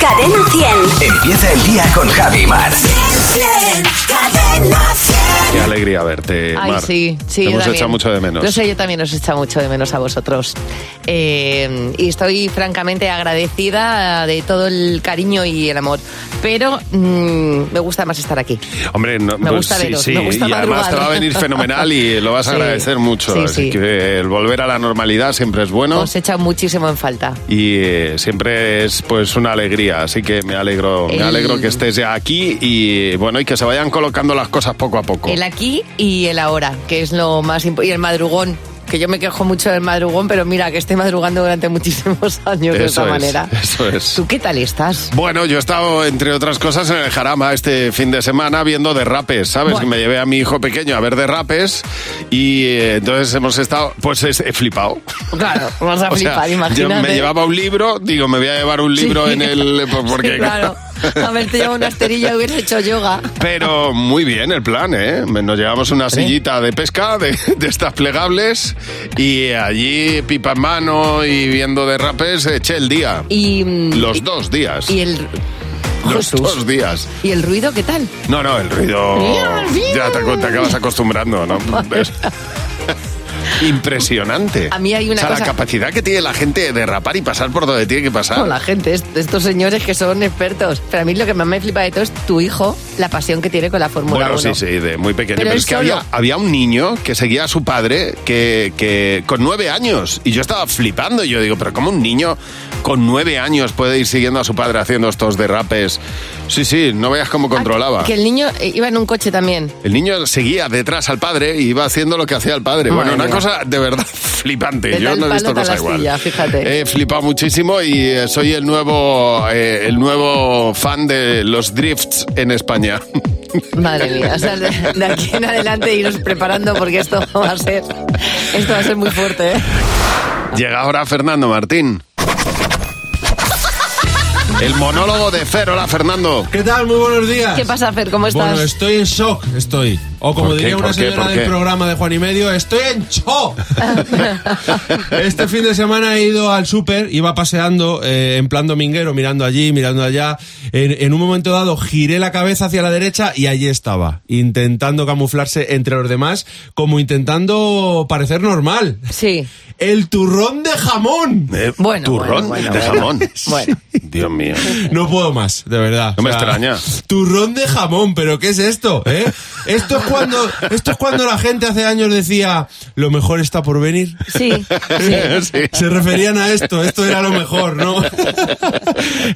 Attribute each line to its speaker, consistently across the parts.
Speaker 1: Cadena 100.
Speaker 2: Empieza el día con Javi Mar.
Speaker 1: Cadena 100.
Speaker 3: Qué alegría verte,
Speaker 4: Ay,
Speaker 3: Eh, Mar.
Speaker 4: sí, sí.
Speaker 3: Te
Speaker 4: yo
Speaker 3: hemos
Speaker 4: también.
Speaker 3: echado mucho de menos.
Speaker 4: Lo sé, yo también os he echado mucho de menos a vosotros. Eh, y estoy francamente agradecida de todo el cariño y el amor. Pero mm, me gusta más estar aquí.
Speaker 3: Hombre, no- pues
Speaker 4: Me gusta
Speaker 3: sí,
Speaker 4: veros,
Speaker 3: sí,
Speaker 4: me gusta
Speaker 3: y además
Speaker 4: madrugar.
Speaker 3: te va a venir fenomenal y lo vas a
Speaker 4: Sí,
Speaker 3: agradecer mucho.
Speaker 4: sí,
Speaker 3: Así
Speaker 4: sí. Pues
Speaker 3: que el volver a la normalidad siempre es bueno
Speaker 4: Os he echado muchísimo en falta.
Speaker 3: y eh, siempre es pues una alegría. Así que me alegro, me
Speaker 4: El-
Speaker 3: alegro que estés ya aquí y bueno y que se vayan colocando las cosas poco a poco.
Speaker 4: El aquí y el ahora, que es lo más importante. Y el madrugón, que yo me quejo mucho del madrugón, pero mira, que estoy madrugando durante muchísimos años de esta
Speaker 3: Eso es,
Speaker 4: manera.
Speaker 3: Eso es.
Speaker 4: ¿Tú qué tal estás?
Speaker 3: Bueno, yo he estado, entre otras cosas, en el Jarama este fin de semana viendo derrapes, ¿sabes?
Speaker 4: Bueno.
Speaker 3: Que me llevé a mi hijo pequeño a ver derrapes y eh, entonces hemos estado, pues es- he flipado.
Speaker 4: Claro, vas a
Speaker 3: O sea,
Speaker 4: flipar,
Speaker 3: yo
Speaker 4: imagínate.
Speaker 3: me llevaba un libro, digo, me voy a llevar un libro
Speaker 4: Sí.
Speaker 3: en el... eh, pues, Porque,
Speaker 4: Sí, claro. A ver, te llevo una esterilla y hubiera hecho yoga.
Speaker 3: Pero muy bien el plan, ¿eh? Nos llevamos una sillita de pesca, de, de estas plegables, y allí pipa en mano y viendo derrapes, eché el día.
Speaker 4: Y, mm,
Speaker 3: Los dos días.
Speaker 4: y el
Speaker 3: Los
Speaker 4: Jesús.
Speaker 3: dos días.
Speaker 4: ¿Y el ruido qué tal?
Speaker 3: No, no, el ruido. Ya te, acu- te acabas acostumbrando, ¿no? Es Impresionante.
Speaker 4: A mí hay una
Speaker 3: o sea, la
Speaker 4: cosa-
Speaker 3: capacidad que tiene la gente de derrapar y pasar por donde tiene que pasar.
Speaker 4: Con la gente, est- estos señores que son expertos. Pero a mí lo que más me flipa de todo es tu hijo, la pasión que tiene con la Fórmula
Speaker 3: Bueno,
Speaker 4: 1.
Speaker 3: sí, sí, de muy pequeño. Pero,
Speaker 4: Pero él
Speaker 3: es que
Speaker 4: solo.
Speaker 3: había, había un niño que seguía a su padre que, que con nueve años. Y yo estaba flipando. Yo digo, pero ¿cómo un niño con nueve años puede ir siguiendo a su padre haciendo estos derrapes? Sí, sí, no veas cómo controlaba.
Speaker 4: Ah, que el niño eh, iba en un coche también.
Speaker 3: El niño seguía detrás al padre y iba haciendo lo que hacía el padre.
Speaker 4: Madre
Speaker 3: bueno, una
Speaker 4: mía.
Speaker 3: cosa de verdad flipante.
Speaker 4: De
Speaker 3: Yo
Speaker 4: tal
Speaker 3: no he
Speaker 4: palo,
Speaker 3: visto
Speaker 4: tal
Speaker 3: cosa igual.
Speaker 4: astilla, fíjate.
Speaker 3: He flipado muchísimo y eh, soy el nuevo, eh, el nuevo fan de los drifts en España.
Speaker 4: Madre mía. O sea, de, de aquí en adelante iros preparando porque esto va a ser, esto va a ser muy fuerte. ¿eh?
Speaker 3: Llega ahora Fernando Martín. El monólogo de Fer. Hola, Fernando.
Speaker 5: ¿Qué tal? Muy buenos días.
Speaker 4: ¿Qué pasa, Fer? ¿Cómo estás?
Speaker 5: Bueno, estoy en shock, estoy. O como
Speaker 3: ¿Por qué?
Speaker 5: diría una
Speaker 3: ¿Por qué?
Speaker 5: señora
Speaker 3: ¿Por qué?
Speaker 5: del programa de Juan y Medio, estoy en shock. este fin de semana he ido al súper, iba paseando eh, en plan dominguero, mirando allí, mirando allá. En, en un momento dado giré la cabeza hacia la derecha y allí estaba, intentando camuflarse entre los demás, como intentando parecer normal.
Speaker 4: Sí.
Speaker 5: El turrón de jamón.
Speaker 3: Eh,
Speaker 4: Bueno,
Speaker 3: turrón
Speaker 4: bueno, bueno,
Speaker 3: de
Speaker 4: bueno.
Speaker 3: jamón.
Speaker 4: Bueno.
Speaker 3: Dios mío.
Speaker 5: No puedo más, de verdad.
Speaker 3: No me extraña.
Speaker 5: Turrón de jamón, pero ¿qué es esto? eh? Esto es cuando, esto es cuando la gente hace años decía lo mejor está por venir.
Speaker 4: Sí.
Speaker 3: Sí.
Speaker 5: Se referían a esto, esto era lo mejor, ¿no?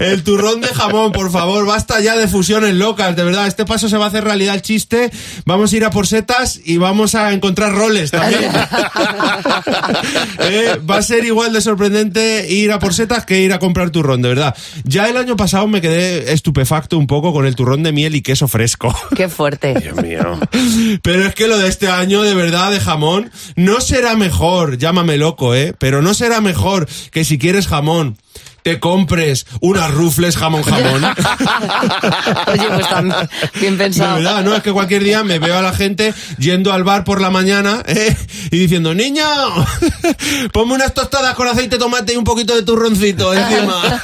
Speaker 5: El turrón de jamón, por favor, basta ya de fusiones locas, de verdad, este paso se va a hacer realidad el chiste, vamos a ir a por setas y vamos a encontrar roles también. Eh, Va a ser igual de sorprendente ir a por setas que ir a comprar turrón, de verdad. Ya el año pasado me quedé estupefacto un poco con el turrón de miel y queso fresco.
Speaker 4: Qué fuerte.
Speaker 3: Dios mío.
Speaker 5: Pero es que lo de este año, de verdad, de jamón, no será mejor, llámame loco, ¿eh? Pero no será mejor que si quieres jamón, te compres unas rufles jamón jamón.
Speaker 4: Oye, pues tan bien
Speaker 5: De
Speaker 4: pensado.
Speaker 5: verdad, no, es que cualquier día me veo a la gente yendo al bar por la mañana ¿eh? y diciendo, niño, ponme unas tostadas con aceite, tomate y un poquito de turroncito encima.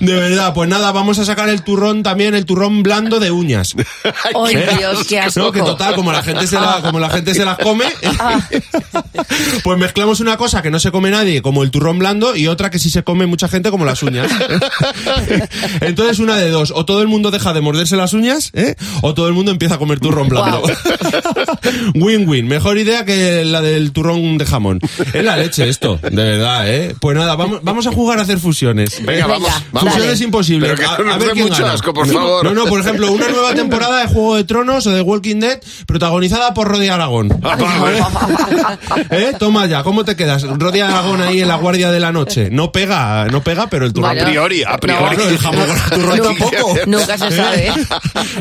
Speaker 5: De verdad, pues nada, vamos a sacar el turrón también, el turrón blando de uñas.
Speaker 4: Ay, Dios, qué asco. Ah.
Speaker 5: No, que total, como la gente se, la, como la gente se las come, eh, pues mezclamos una cosa que no se come nadie, como el turrón blando, y otra que sí se come mucha gente, como las uñas. Entonces, una de dos, o todo el mundo deja de morderse las uñas, ¿eh? o todo el mundo empieza a comer turrón blando.
Speaker 4: Guau.
Speaker 5: Win-win, mejor idea que la del turrón de jamón. Es la leche esto, de verdad, ¿eh? Pues nada, vamos, vamos a jugar a hacer fusiones.
Speaker 3: Venga, vamos.
Speaker 4: Venga,
Speaker 3: vamos.
Speaker 5: Fusiones imposibles.
Speaker 3: Pero que
Speaker 5: A-
Speaker 3: no
Speaker 5: a
Speaker 3: nos
Speaker 5: ver
Speaker 3: dé
Speaker 5: quién
Speaker 3: mucho
Speaker 5: gana.
Speaker 3: asco, por favor.
Speaker 5: No, no, por ejemplo, una nueva temporada de Juego de Tronos o de Walking Dead protagonizada por Rodi Aragón.
Speaker 3: Ah,
Speaker 5: ¿Eh? Toma ya, ¿cómo te quedas? Rodi Aragón ahí en la guardia de la noche. No pega, no pega, pero el turrón.
Speaker 4: Bueno.
Speaker 3: A priori, a priori.
Speaker 5: Claro, el jamón con el turrón
Speaker 4: No,
Speaker 5: tampoco.
Speaker 4: Nunca se sabe. ¿eh?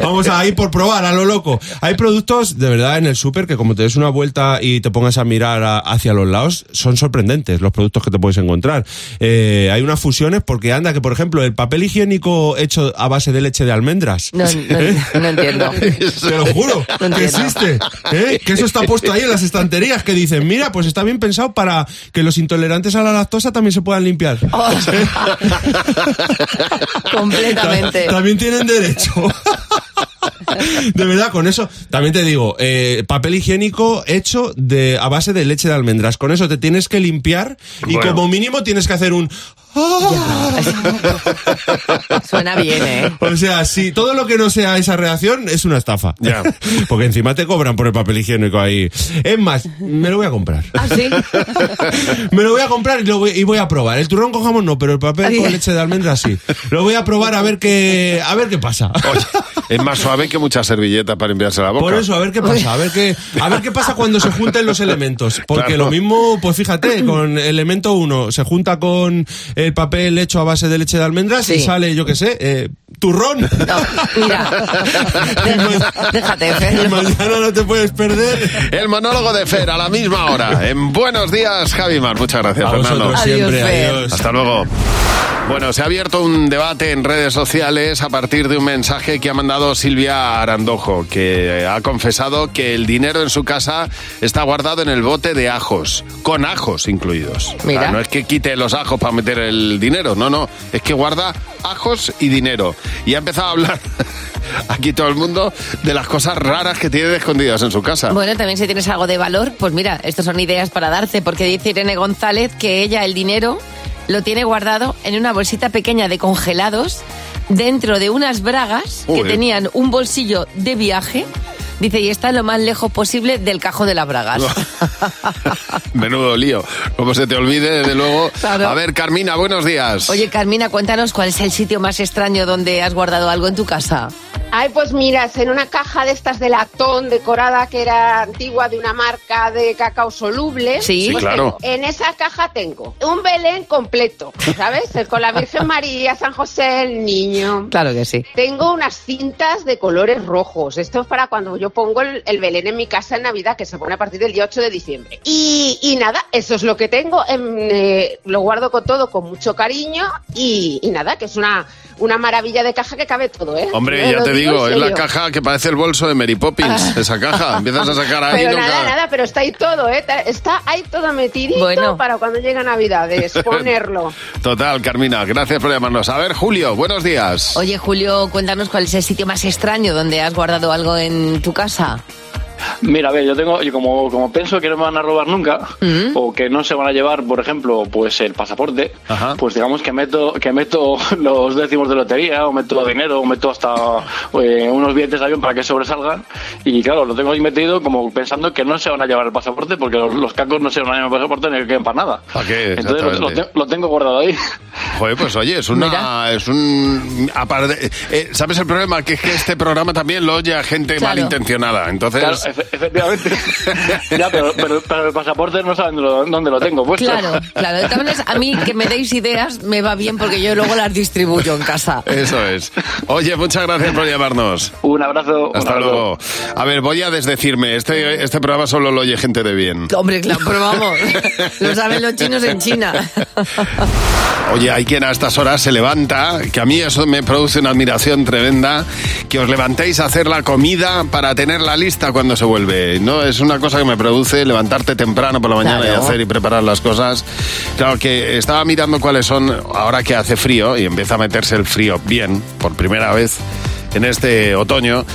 Speaker 5: Vamos a ir por probar, a lo loco. Hay productos, de verdad, en el súper que como te des una vuelta y te pongas a mirar a- hacia los lados, son sorprendentes los productos que te puedes encontrar. Eh, hay unas fusiones, por porque anda, que por ejemplo, el papel higiénico hecho a base de leche de almendras.
Speaker 4: No, no, no entiendo.
Speaker 5: Te lo juro,
Speaker 4: No
Speaker 5: que
Speaker 4: entiendo.
Speaker 5: existe. ¿eh? Que eso está puesto ahí en las estanterías que dicen, mira, pues está bien pensado para que los intolerantes a la lactosa también se puedan limpiar. ¿Eh?
Speaker 4: Oh. Completamente.
Speaker 5: Ta- También tienen derecho. De verdad, con eso, también te digo, eh, papel higiénico hecho de a base de leche de almendras. Con eso te tienes que limpiar y
Speaker 3: Bueno.
Speaker 5: como mínimo tienes que hacer un... ¡ah!
Speaker 4: Suena bien, ¿eh?
Speaker 5: O sea, si todo lo que no sea esa reacción es una estafa.
Speaker 3: Ya.
Speaker 5: Porque encima te cobran por el papel higiénico ahí. Es más, me lo voy a comprar.
Speaker 4: ¿Ah, sí?
Speaker 5: Me lo voy a comprar y, lo voy, y voy a probar. El turrón con jamón no, pero el papel con
Speaker 4: Ay.
Speaker 5: leche de almendra sí. Lo voy a probar a ver qué, a ver qué pasa.
Speaker 3: Oye, es más suave que mucha servilleta para limpiarse la boca.
Speaker 5: Por eso, a ver qué pasa, a ver qué, a ver qué pasa cuando se junten los elementos. Porque
Speaker 3: Claro.
Speaker 5: lo mismo, pues fíjate, con elemento 1 se junta con el papel hecho a base de leche de almendras y
Speaker 4: Sí.
Speaker 5: sale, yo qué sé, eh, turrón. pues,
Speaker 4: No, mira. Deja- Déjate,
Speaker 5: Y
Speaker 4: Fer.
Speaker 5: mañana no te puedes perder.
Speaker 3: El monólogo de Fer a la misma hora. En Buenos días, Javi Mar. Muchas gracias,
Speaker 5: A
Speaker 3: Fernando.
Speaker 5: vosotros siempre,
Speaker 4: Adiós, Fer.
Speaker 5: adiós.
Speaker 3: Hasta luego. Bueno, se ha abierto un debate en redes sociales a partir de un mensaje que ha mandado Silvia Arandojo, que ha confesado que el dinero en su casa está guardado en el bote de ajos, con ajos incluidos.
Speaker 4: Mira.
Speaker 3: O sea, no es que quite los ajos para meter el dinero, no, no, es que guarda ajos y dinero. Y ha empezado a hablar aquí todo el mundo de las cosas raras que tiene escondidas en su casa.
Speaker 4: Bueno, también si tienes algo de valor, pues mira, estas son ideas para darte, porque dice Irene González que ella el dinero lo tiene guardado en una bolsita pequeña de congelados dentro de unas bragas
Speaker 3: Joder.
Speaker 4: que tenían un bolsillo de viaje. Dice, y está lo más lejos posible del cajón de las bragas.
Speaker 3: Menudo lío. Como se te olvide, desde luego.
Speaker 4: Claro.
Speaker 3: A ver, Carmina, buenos días.
Speaker 4: Oye, Carmina, cuéntanos cuál es el sitio más extraño donde has guardado algo en tu casa.
Speaker 1: Ay, pues miras, en una caja de estas de latón decorada que era antigua de una marca de cacao soluble.
Speaker 4: Sí. Sí,
Speaker 1: pues
Speaker 3: claro.
Speaker 1: tengo- en esa caja tengo un Belén completo, ¿sabes? El Con la Virgen María, San José, el niño.
Speaker 4: Claro que sí.
Speaker 1: Tengo unas cintas de colores rojos. Esto es para cuando yo pongo el, el Belén en mi casa en Navidad, que se pone a partir del día 8 de diciembre. Y, y nada, eso es lo que tengo. em, eh, lo guardo con todo, con mucho cariño. Y, y nada, que es una, una maravilla de caja que cabe todo, ¿eh?
Speaker 3: Hombre,
Speaker 1: Eh,
Speaker 3: ya
Speaker 1: lo
Speaker 3: te digo,
Speaker 1: en
Speaker 3: es la
Speaker 1: serio.
Speaker 3: caja que parece el bolso de Mary Poppins,
Speaker 4: Ah.
Speaker 3: esa caja. Empiezas a sacar ahí
Speaker 1: Pero
Speaker 3: nunca-
Speaker 1: nada, nada, pero está ahí todo, ¿eh? Ta- Está ahí todo metidito
Speaker 4: Bueno.
Speaker 1: para cuando llegue Navidades, ponerlo.
Speaker 3: Total, Carmina, gracias por llamarnos. A ver, Julio, buenos días.
Speaker 4: Oye, Julio, cuéntanos cuál es el sitio más extraño donde has guardado algo en tu casa.
Speaker 6: Mira, a ver, yo tengo, yo como, como pienso que no me van a robar nunca,
Speaker 4: Mm.
Speaker 6: o que no se van a llevar, por ejemplo, pues el pasaporte,
Speaker 3: Ajá.
Speaker 6: pues digamos que meto, que meto los décimos de lotería, o meto dinero, o meto hasta eh, unos billetes de avión para que sobresalgan, y claro, lo tengo ahí metido como pensando que no se van a llevar el pasaporte, porque los, los cacos no se van a llevar el pasaporte ni que queden para nada.
Speaker 3: ¿Para qué?
Speaker 6: Entonces lo- lo,
Speaker 3: Ah, Exactamente.
Speaker 6: te- lo tengo guardado ahí.
Speaker 3: Joder, pues oye, es una.
Speaker 4: Mira.
Speaker 3: Es un. aparte- eh, ¿Sabes el problema? Que es que este programa también lo oye a gente
Speaker 4: Claro.
Speaker 3: malintencionada. Entonces.
Speaker 6: Claro, efe- efectivamente. ya, pero, pero- pero el pasaporte no saben dónde lo- dónde lo tengo puesto.
Speaker 4: Claro, claro. De todas maneras, a mí que me deis ideas me va bien porque yo luego las distribuyo en casa.
Speaker 3: Eso es. Oye, muchas gracias por llamarnos.
Speaker 6: Un abrazo. un
Speaker 3: Hasta
Speaker 6: abrazo.
Speaker 3: luego. A ver, voy a desdecirme. Este, este programa solo lo oye gente de bien.
Speaker 4: Hombre, claro, pero vamos, lo saben los chinos en China.
Speaker 3: Oye, hay quien a estas horas se levanta, que a mí eso me produce una admiración tremenda, que os levantéis a hacer la comida para tenerla lista cuando se vuelve. No, es una cosa que me produce levantarte temprano por la mañana
Speaker 4: Claro.
Speaker 3: y hacer y preparar las cosas. Claro que estaba mirando cuáles son ahora que hace frío y empieza a meterse el frío bien por primera vez en este otoño.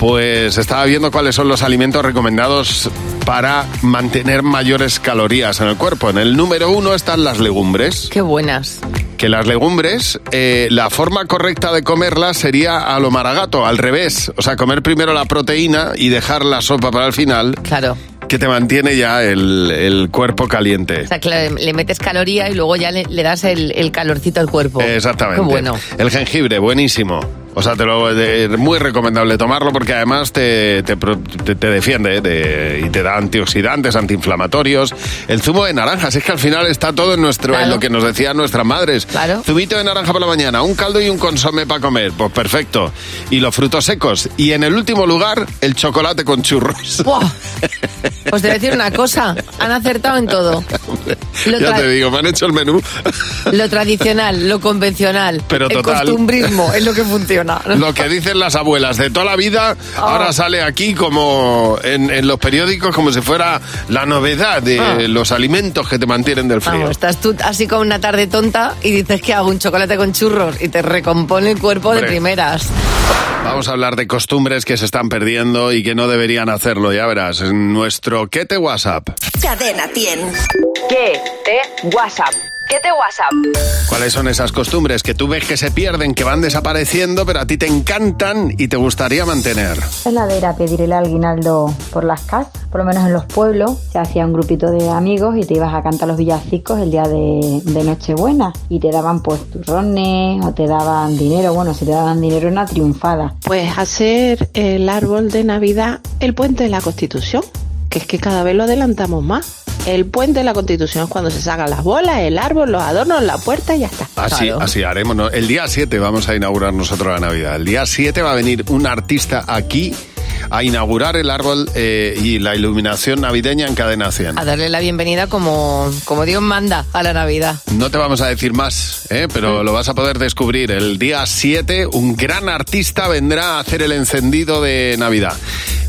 Speaker 3: Pues estaba viendo cuáles son los alimentos recomendados para mantener mayores calorías en el cuerpo. En el número uno están las legumbres
Speaker 4: Qué buenas.
Speaker 3: que las legumbres, eh, la forma correcta de comerlas sería a lo maragato, al revés. O sea, comer primero la proteína y dejar la sopa para el final,
Speaker 4: Claro.
Speaker 3: que te mantiene ya el, el cuerpo caliente.
Speaker 4: O sea, que le, le metes caloría y luego ya le, le das el, el calorcito al cuerpo.
Speaker 3: Eh. Exactamente.
Speaker 4: Qué bueno.
Speaker 3: El jengibre, buenísimo. O sea, te lo, es muy recomendable tomarlo porque además te, te pro- te- te defiende eh, de- y te da antioxidantes, antiinflamatorios. El zumo de naranjas, es que al final está todo en, nuestro, en lo que nos decían nuestras madres. Zumito de naranja por la mañana, un caldo y un consomé para comer. Pues perfecto. Y los frutos secos. Y en el último lugar, el chocolate con churros.
Speaker 4: Pues te voy a decir una cosa, han acertado en todo. Lo,
Speaker 3: ya
Speaker 4: tra-
Speaker 3: te digo, me han hecho el menú.
Speaker 4: lo tradicional, lo convencional,
Speaker 3: Pero
Speaker 4: el
Speaker 3: total.
Speaker 4: costumbrismo es lo que funciona.
Speaker 3: Lo que dicen las abuelas de toda la vida,
Speaker 4: Ah.
Speaker 3: ahora sale aquí como en, en los periódicos como si fuera la novedad de
Speaker 4: Ah.
Speaker 3: los alimentos que te mantienen del frío.
Speaker 4: Vamos, estás tú así con una tarde tonta y dices que hago un chocolate con churros y te recompone el cuerpo de
Speaker 3: Hombre.
Speaker 4: primeras.
Speaker 3: Vamos a hablar de costumbres que se están perdiendo y que no deberían hacerlo, ya verás, en nuestro te WhatsApp.
Speaker 7: Cadena 100. ¿Qué te WhatsApp? ¿Qué te WhatsApp?
Speaker 3: ¿Cuáles son esas costumbres que tú ves que se pierden, que van desapareciendo, pero a ti te encantan y te gustaría mantener?
Speaker 8: la de ir a pedir el aguinaldo por las casas, por lo menos en los pueblos, se hacía un grupito de amigos y te ibas a cantar los villancicos el día de, de Nochebuena y te daban pues turrones o te daban dinero, bueno, si te daban dinero era una triunfada.
Speaker 9: Pues hacer el árbol de Navidad el puente de la Constitución, que es que cada vez lo adelantamos más. El puente de la Constitución es cuando se sacan las bolas, el árbol, los adornos, la puerta y ya está.
Speaker 3: Así, así haremos. ¿no? El día 7 vamos a inaugurar nosotros la Navidad. El día 7 va a venir un artista aquí a inaugurar el árbol eh, y la iluminación navideña en cadena 100.
Speaker 4: A darle la bienvenida como, como Dios manda a la Navidad.
Speaker 3: No te vamos a decir más, ¿eh? pero lo vas a poder descubrir. El día 7 un gran artista vendrá a hacer el encendido de Navidad.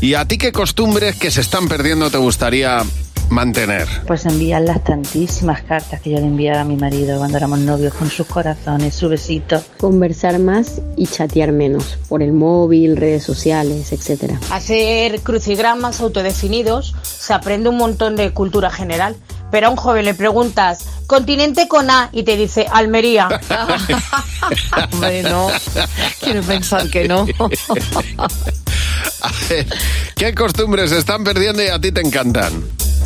Speaker 3: ¿Y a ti qué costumbres que se están perdiendo te gustaría mantener?
Speaker 10: Pues enviar las tantísimas cartas que yo le enviaba a mi marido cuando éramos novios con sus corazones, su besito.
Speaker 11: Conversar más y chatear menos por el móvil, redes sociales, etcétera.
Speaker 12: Hacer crucigramas autodefinidos se aprende un montón de cultura general. Pero a un joven le preguntas, continente con A, y te dice Almería.
Speaker 4: Hombre, no. Quiero pensar que no.
Speaker 3: A ver, ¿Qué costumbres se están perdiendo y a ti te encantan?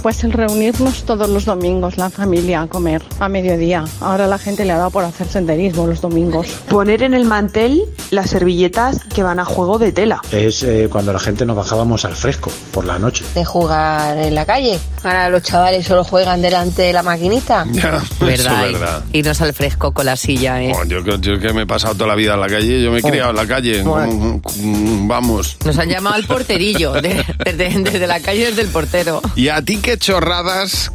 Speaker 13: Pues el reunirnos todos los domingos, la familia, a comer a mediodía. Ahora la gente le ha dado por hacer senderismo los domingos. Poner en el mantel las servilletas que van a juego de tela.
Speaker 14: Es eh, cuando la gente nos bajábamos al fresco por la noche.
Speaker 15: de jugar en la calle. Ahora los chavales solo juegan delante de la maquinita.
Speaker 3: Eso
Speaker 4: Pues ¿Verdad? ¿eh?
Speaker 3: es verdad.
Speaker 4: Y- Irnos al fresco con la silla, ¿eh?
Speaker 3: Oh, yo, que- yo que me he pasado toda la vida en la calle, yo me he
Speaker 4: Oh.
Speaker 3: criado en la calle.
Speaker 4: Bueno.
Speaker 3: Mm, mm, Vamos.
Speaker 4: Nos han llamado al porterillo, de- desde desde la calle, desde el portero.
Speaker 3: ¿Y a ti qué chorradas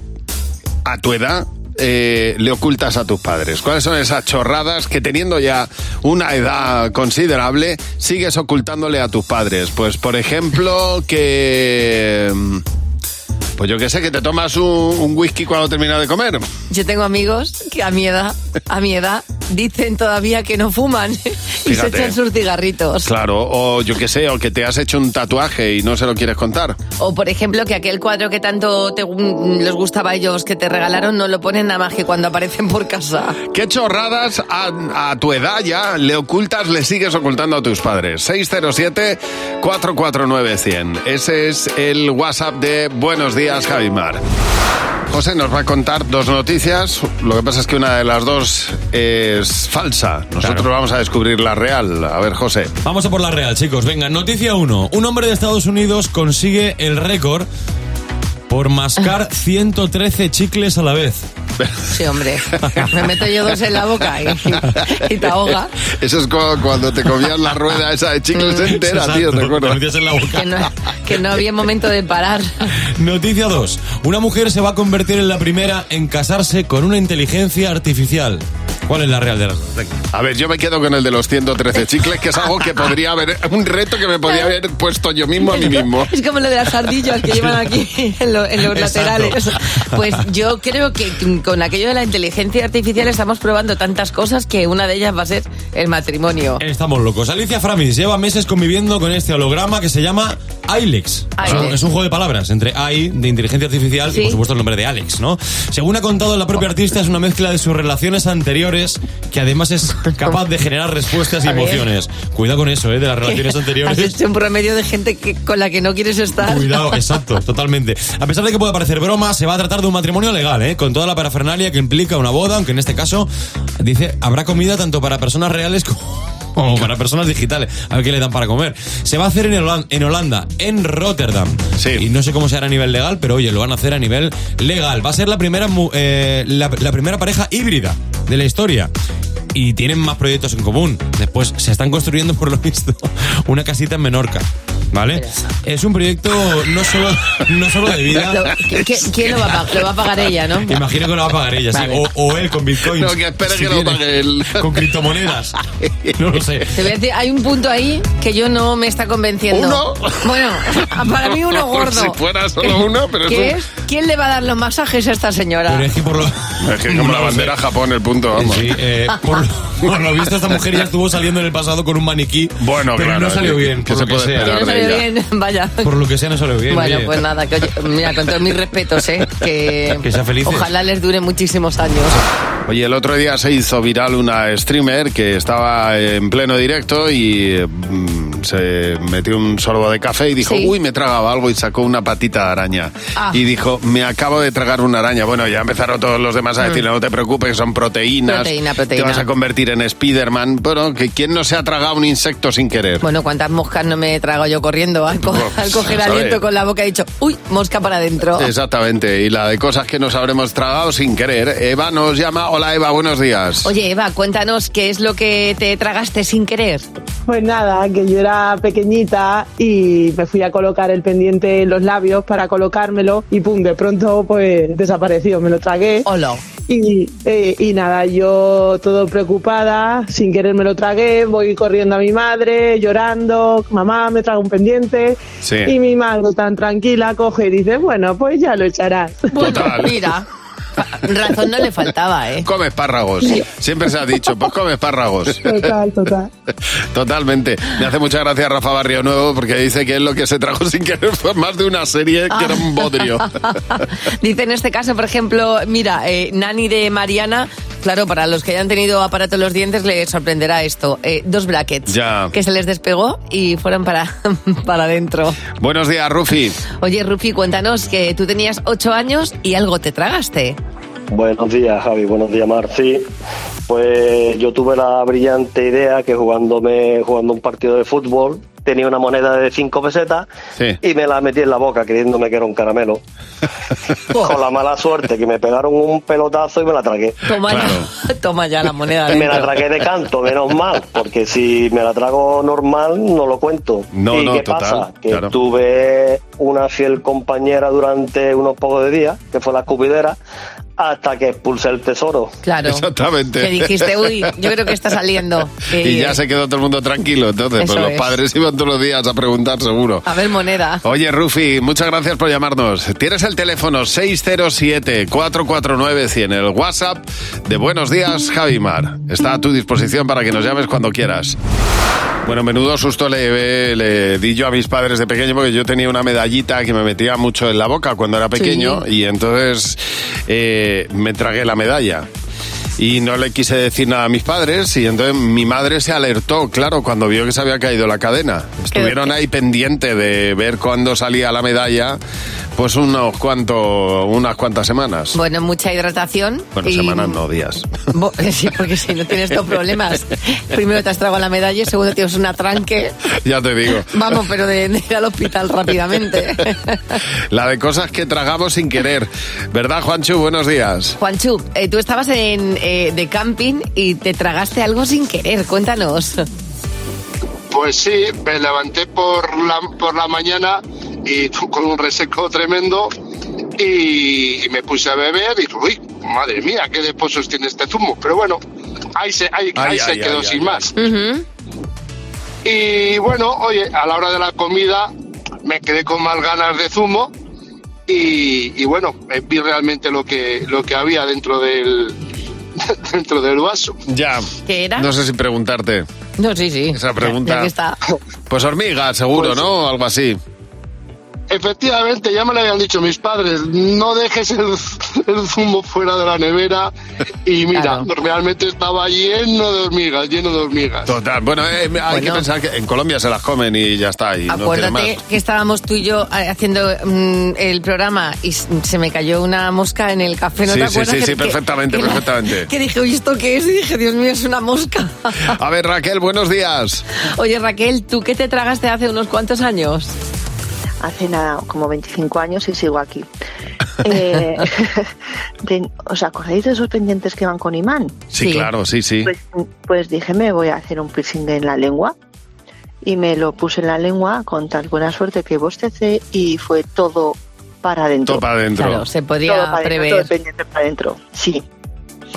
Speaker 3: a tu edad eh, le ocultas a tus padres? ¿Cuáles son esas chorradas que teniendo ya una edad considerable sigues ocultándole a tus padres? Pues por ejemplo que... mm, Pues yo que sé, que te tomas un, un whisky cuando terminas de comer.
Speaker 4: Yo tengo amigos que a mi edad, a mi edad, dicen todavía que no fuman y se
Speaker 3: Fíjate.
Speaker 4: echan sus cigarritos.
Speaker 3: Claro, o yo que sé, o que te has hecho un tatuaje y no se lo quieres contar.
Speaker 4: O por ejemplo que aquel cuadro que tanto te, mm, les gustaba a ellos que te regalaron no lo ponen nada más que cuando aparecen por casa.
Speaker 3: ¿Qué chorradas a, a tu edad ya le ocultas, le sigues ocultando a tus padres? 607-449-100. Ese es el WhatsApp de Buenos Días, Javimar. José nos va a contar dos noticias. Lo que pasa es que una de las dos es falsa. Nosotros vamos a descubrir la real. A ver, José.
Speaker 16: Vamos a por la real, chicos. Venga, noticia 1. Un hombre de Estados Unidos consigue el récord por mascar 113 chicles a la vez.
Speaker 4: Sí, hombre. Me meto yo dos en la boca y, y te ahoga.
Speaker 3: Eso es como cuando te comías la rueda esa de chicles entera, tío, ¿te acuerdas?
Speaker 4: Que no, que no había momento de parar.
Speaker 16: Noticia 2. Una mujer se va a convertir en la primera en casarse con una inteligencia artificial. ¿Cuál es la real de las dos? Venga.
Speaker 3: A ver, yo me quedo con el de los 113 chicles, que es algo que podría haber, un reto que me podría haber puesto yo mismo a mí mismo.
Speaker 4: Es como lo de las ardillas que llevan aquí en, lo- en los
Speaker 3: Exacto.
Speaker 4: laterales. Pues yo creo que con aquello de la inteligencia artificial estamos probando tantas cosas que una de ellas va a ser el matrimonio.
Speaker 16: Estamos locos. Alicia Framis lleva meses conviviendo con este holograma que se llama Ilex. Es un-
Speaker 4: Ilex.
Speaker 16: Es un juego de palabras entre AI, de inteligencia artificial, y por supuesto el nombre de Alex, ¿no? Según ha contado la propia artista, es una mezcla de sus relaciones anteriores, que además es capaz de generar respuestas y
Speaker 4: A ver.
Speaker 16: emociones. Cuidado con eso, ¿eh? De las relaciones
Speaker 4: Que
Speaker 16: anteriores.
Speaker 4: Has hecho un promedio de gente que, con la que no quieres estar.
Speaker 16: Cuidado, exacto, totalmente. A pesar de que pueda parecer broma, se va a tratar de un matrimonio legal, ¿eh? Con toda la parafernalia que implica una boda, aunque en este caso, dice, habrá comida tanto para personas reales como o para personas digitales, a ver qué le dan para comer. Se va a hacer en, Holan- en Holanda, en Rotterdam. Y no sé cómo se hará a nivel legal, pero oye, lo van a hacer a nivel legal. Va a ser la primera, mu- eh, la, la primera pareja híbrida de la historia. Y tienen más proyectos en común. Después se están construyendo, por lo visto, una casita en Menorca. ¿Vale? Es un proyecto no solo, no solo de vida.
Speaker 4: Lo- ¿qui- qui- ¿Quién lo va, a pagar? Lo va a pagar ella, no?
Speaker 16: Imagino que lo va a pagar ella, sí.
Speaker 4: Vale.
Speaker 16: O, o él con bitcoins.
Speaker 3: No, que espera que lo
Speaker 16: tiene.
Speaker 3: pague
Speaker 16: Con criptomonedas. No lo sé.
Speaker 4: Te voy a decir, hay un punto ahí que yo no me está convenciendo.
Speaker 3: ¿Uno?
Speaker 4: Bueno, para mí uno
Speaker 3: No,
Speaker 4: gordo.
Speaker 3: si fuera solo uno, pero es
Speaker 4: ¿Qué
Speaker 3: un-
Speaker 4: es? ¿Quién le va a dar los masajes a esta señora?
Speaker 16: Pero es que por lo.
Speaker 3: Es que como la bandera Japón, el punto, vamos.
Speaker 16: Sí, eh, por, por lo visto, esta mujer ya estuvo saliendo en el pasado con un maniquí. Bueno, pero
Speaker 3: claro,
Speaker 16: No salió
Speaker 3: ¿qué-
Speaker 16: bien.
Speaker 3: qué
Speaker 16: por
Speaker 3: se
Speaker 16: lo que
Speaker 3: puede
Speaker 16: sea.
Speaker 3: esperar
Speaker 4: no salió bien, vaya.
Speaker 16: Por lo que sea, no salió bien.
Speaker 4: bueno,
Speaker 16: oye.
Speaker 4: pues nada, que oye, mira, con todos mis respetos, ¿eh? Que,
Speaker 3: Que sean felices.
Speaker 4: Ojalá les dure muchísimos años.
Speaker 3: Oye, el otro día se hizo viral una streamer que estaba en pleno directo y eh, mm, se metió un sorbo de café y dijo,
Speaker 17: Sí.
Speaker 3: uy, me tragaba algo y sacó una patita de araña.
Speaker 17: Ah.
Speaker 3: Y dijo, me acabo de tragar una araña. Bueno, ya empezaron todos los demás a decir, no te preocupes, son proteínas.
Speaker 4: Proteína, proteína.
Speaker 3: Te vas a convertir en Spiderman. Bueno, que quién no se ha tragado un insecto sin querer.
Speaker 4: Bueno, cuántas moscas no me trago yo corriendo al, co-
Speaker 3: Pues,
Speaker 4: al coger
Speaker 3: ¿sabes?
Speaker 4: aliento con la boca he dicho, uy, mosca para adentro.
Speaker 3: Exactamente, y la de cosas que nos habremos tragado sin querer. Eva nos llama. Hola Eva, buenos días.
Speaker 4: Oye, Eva, cuéntanos qué es lo que te tragaste sin querer.
Speaker 18: Pues nada, que yo era pequeñita y me fui a colocar el pendiente en los labios para colocármelo y pum, de pronto pues desapareció, me lo tragué.
Speaker 4: Hola.
Speaker 18: Y, eh, y nada, yo todo preocupada, sin querer me lo tragué, voy corriendo a mi madre, llorando, mamá, me trago un pendiente.
Speaker 3: Sí.
Speaker 18: Y mi madre tan tranquila coge y dice, bueno, pues ya lo echarás.
Speaker 3: Total.
Speaker 4: Mira, razón no le faltaba, ¿eh?
Speaker 3: Come espárragos. Siempre se ha dicho, pues come espárragos.
Speaker 4: Pues
Speaker 18: Total, total.
Speaker 3: Totalmente. Me hace mucha gracia Rafa Barrio Nuevo porque dice que es lo que se trajo sin querer fue más de una serie que era un bodrio.
Speaker 4: Dice en este caso, por ejemplo, mira, eh, Nani de Mariana, claro, para los que hayan tenido aparato en los dientes les sorprenderá esto. eh, dos brackets
Speaker 3: Ya.
Speaker 4: que se les despegó y fueron para, para adentro.
Speaker 3: Buenos días, Rufi.
Speaker 4: Oye, Rufi, cuéntanos que tú tenías ocho años y algo te tragaste.
Speaker 19: Buenos días, Javi. Buenos días, Marci. Pues yo tuve la brillante idea que jugándome, jugando un partido de fútbol, tenía una moneda de 5 pesetas
Speaker 3: Sí.
Speaker 19: y me la metí en la boca creyéndome que era un caramelo. Con la mala suerte que me pegaron un pelotazo y me la tragué.
Speaker 4: Toma, ya, toma ya la moneda. ¿eh?
Speaker 19: Me la
Speaker 4: adentro.
Speaker 19: tragué de canto, menos mal, porque si me la trago normal no lo cuento.
Speaker 3: No,
Speaker 19: ¿Y
Speaker 3: no,
Speaker 19: qué
Speaker 3: total,
Speaker 19: pasa? Que
Speaker 3: claro.
Speaker 19: tuve una fiel compañera durante unos pocos de días, que fue la escupidera, hasta que expulsé el tesoro.
Speaker 4: Claro.
Speaker 3: Exactamente.
Speaker 4: Que dijiste, uy, yo creo que está saliendo. Que-
Speaker 3: Y ya se quedó todo el mundo tranquilo. Entonces, pues
Speaker 4: Eso
Speaker 3: los
Speaker 4: es.
Speaker 3: padres iban todos los días a preguntar seguro.
Speaker 4: A ver, moneda.
Speaker 3: Oye, Rufi, muchas gracias por llamarnos. Tienes el teléfono 607-449-100, el WhatsApp de Buenos Días, Javimar. Está a tu disposición para que nos llames cuando quieras. Bueno, menudo susto le, le di yo a mis padres de pequeño porque yo tenía una medallita que me metía mucho en la boca cuando era pequeño y entonces eh, me tragué la medalla. Y no le quise decir nada a mis padres y entonces mi madre se alertó, claro, cuando vio que se había caído la cadena. Estuvieron ahí pendiente de ver cuándo salía la medalla, pues unos cuantos, unas cuantas semanas.
Speaker 4: Bueno, mucha hidratación.
Speaker 3: Bueno,
Speaker 4: y-
Speaker 3: semanas no, días.
Speaker 4: Bo- Sí, porque si no tienes dos problemas. Primero te has tragado la medalla y segundo tienes un atranque.
Speaker 3: Ya te digo.
Speaker 4: Vamos, pero de, de ir al hospital rápidamente.
Speaker 3: La de cosas que tragamos sin querer. ¿Verdad, Juanchu? Buenos días.
Speaker 4: Juanchu, eh, tú estabas en, eh, de camping y te tragaste algo sin querer. Cuéntanos.
Speaker 20: Pues sí, me levanté por la, por la mañana y con un reseco tremendo y, y me puse a beber y uy, madre mía, qué de pozos tiene este zumo. Pero bueno, ahí se, ahí,
Speaker 21: Ay,
Speaker 20: ahí se
Speaker 21: ay,
Speaker 20: quedó
Speaker 21: ay,
Speaker 20: sin
Speaker 21: ay,
Speaker 20: más. Y bueno, oye, a la hora de la comida me quedé con más ganas de zumo y, y bueno, eh, vi realmente lo que, lo que había dentro del, dentro del vaso.
Speaker 3: Ya.
Speaker 4: ¿Qué era?
Speaker 3: No sé si preguntarte.
Speaker 4: No, sí, sí.
Speaker 3: Esa pregunta.
Speaker 4: Ya que está. Pues
Speaker 3: Pues hormiga, seguro, ¿no? Algo así.
Speaker 20: Efectivamente, ya me lo habían dicho mis padres, no dejes el, el zumo fuera de la nevera y mira, realmente estaba lleno de hormigas, lleno de hormigas.
Speaker 3: Total, bueno, eh, hay que
Speaker 20: Bueno.
Speaker 3: pensar que en Colombia se las comen y ya está. Y no tiene
Speaker 4: Acuérdate
Speaker 3: más.
Speaker 4: que estábamos tú y yo eh, haciendo mm, el programa y s- se me cayó una mosca en el café, ¿no
Speaker 3: sí,
Speaker 4: te
Speaker 3: sí,
Speaker 4: acuerdas?
Speaker 3: sí,
Speaker 4: que-
Speaker 3: sí,
Speaker 4: que-
Speaker 3: perfectamente,
Speaker 4: que-
Speaker 3: perfectamente.
Speaker 4: Que dije, oye, ¿esto qué es? Y dije, Dios mío, es una mosca.
Speaker 3: A ver, Raquel, buenos días.
Speaker 4: Oye, Raquel, ¿tú qué te tragaste hace unos cuantos años?
Speaker 17: Hace nada, como 25 años y sigo aquí. Eh, ten- ¿Os acordáis de esos pendientes que van con imán?
Speaker 3: Sí, claro, sí, sí.
Speaker 17: Pues, pues dije, me voy a hacer un piercing en la lengua. Y me lo puse en la lengua con tal buena suerte que bostecé y fue todo para adentro.
Speaker 3: Todo para adentro. Claro, se
Speaker 4: podría
Speaker 17: Todo para adentro,
Speaker 4: prever.
Speaker 17: todo el pendiente para adentro, sí.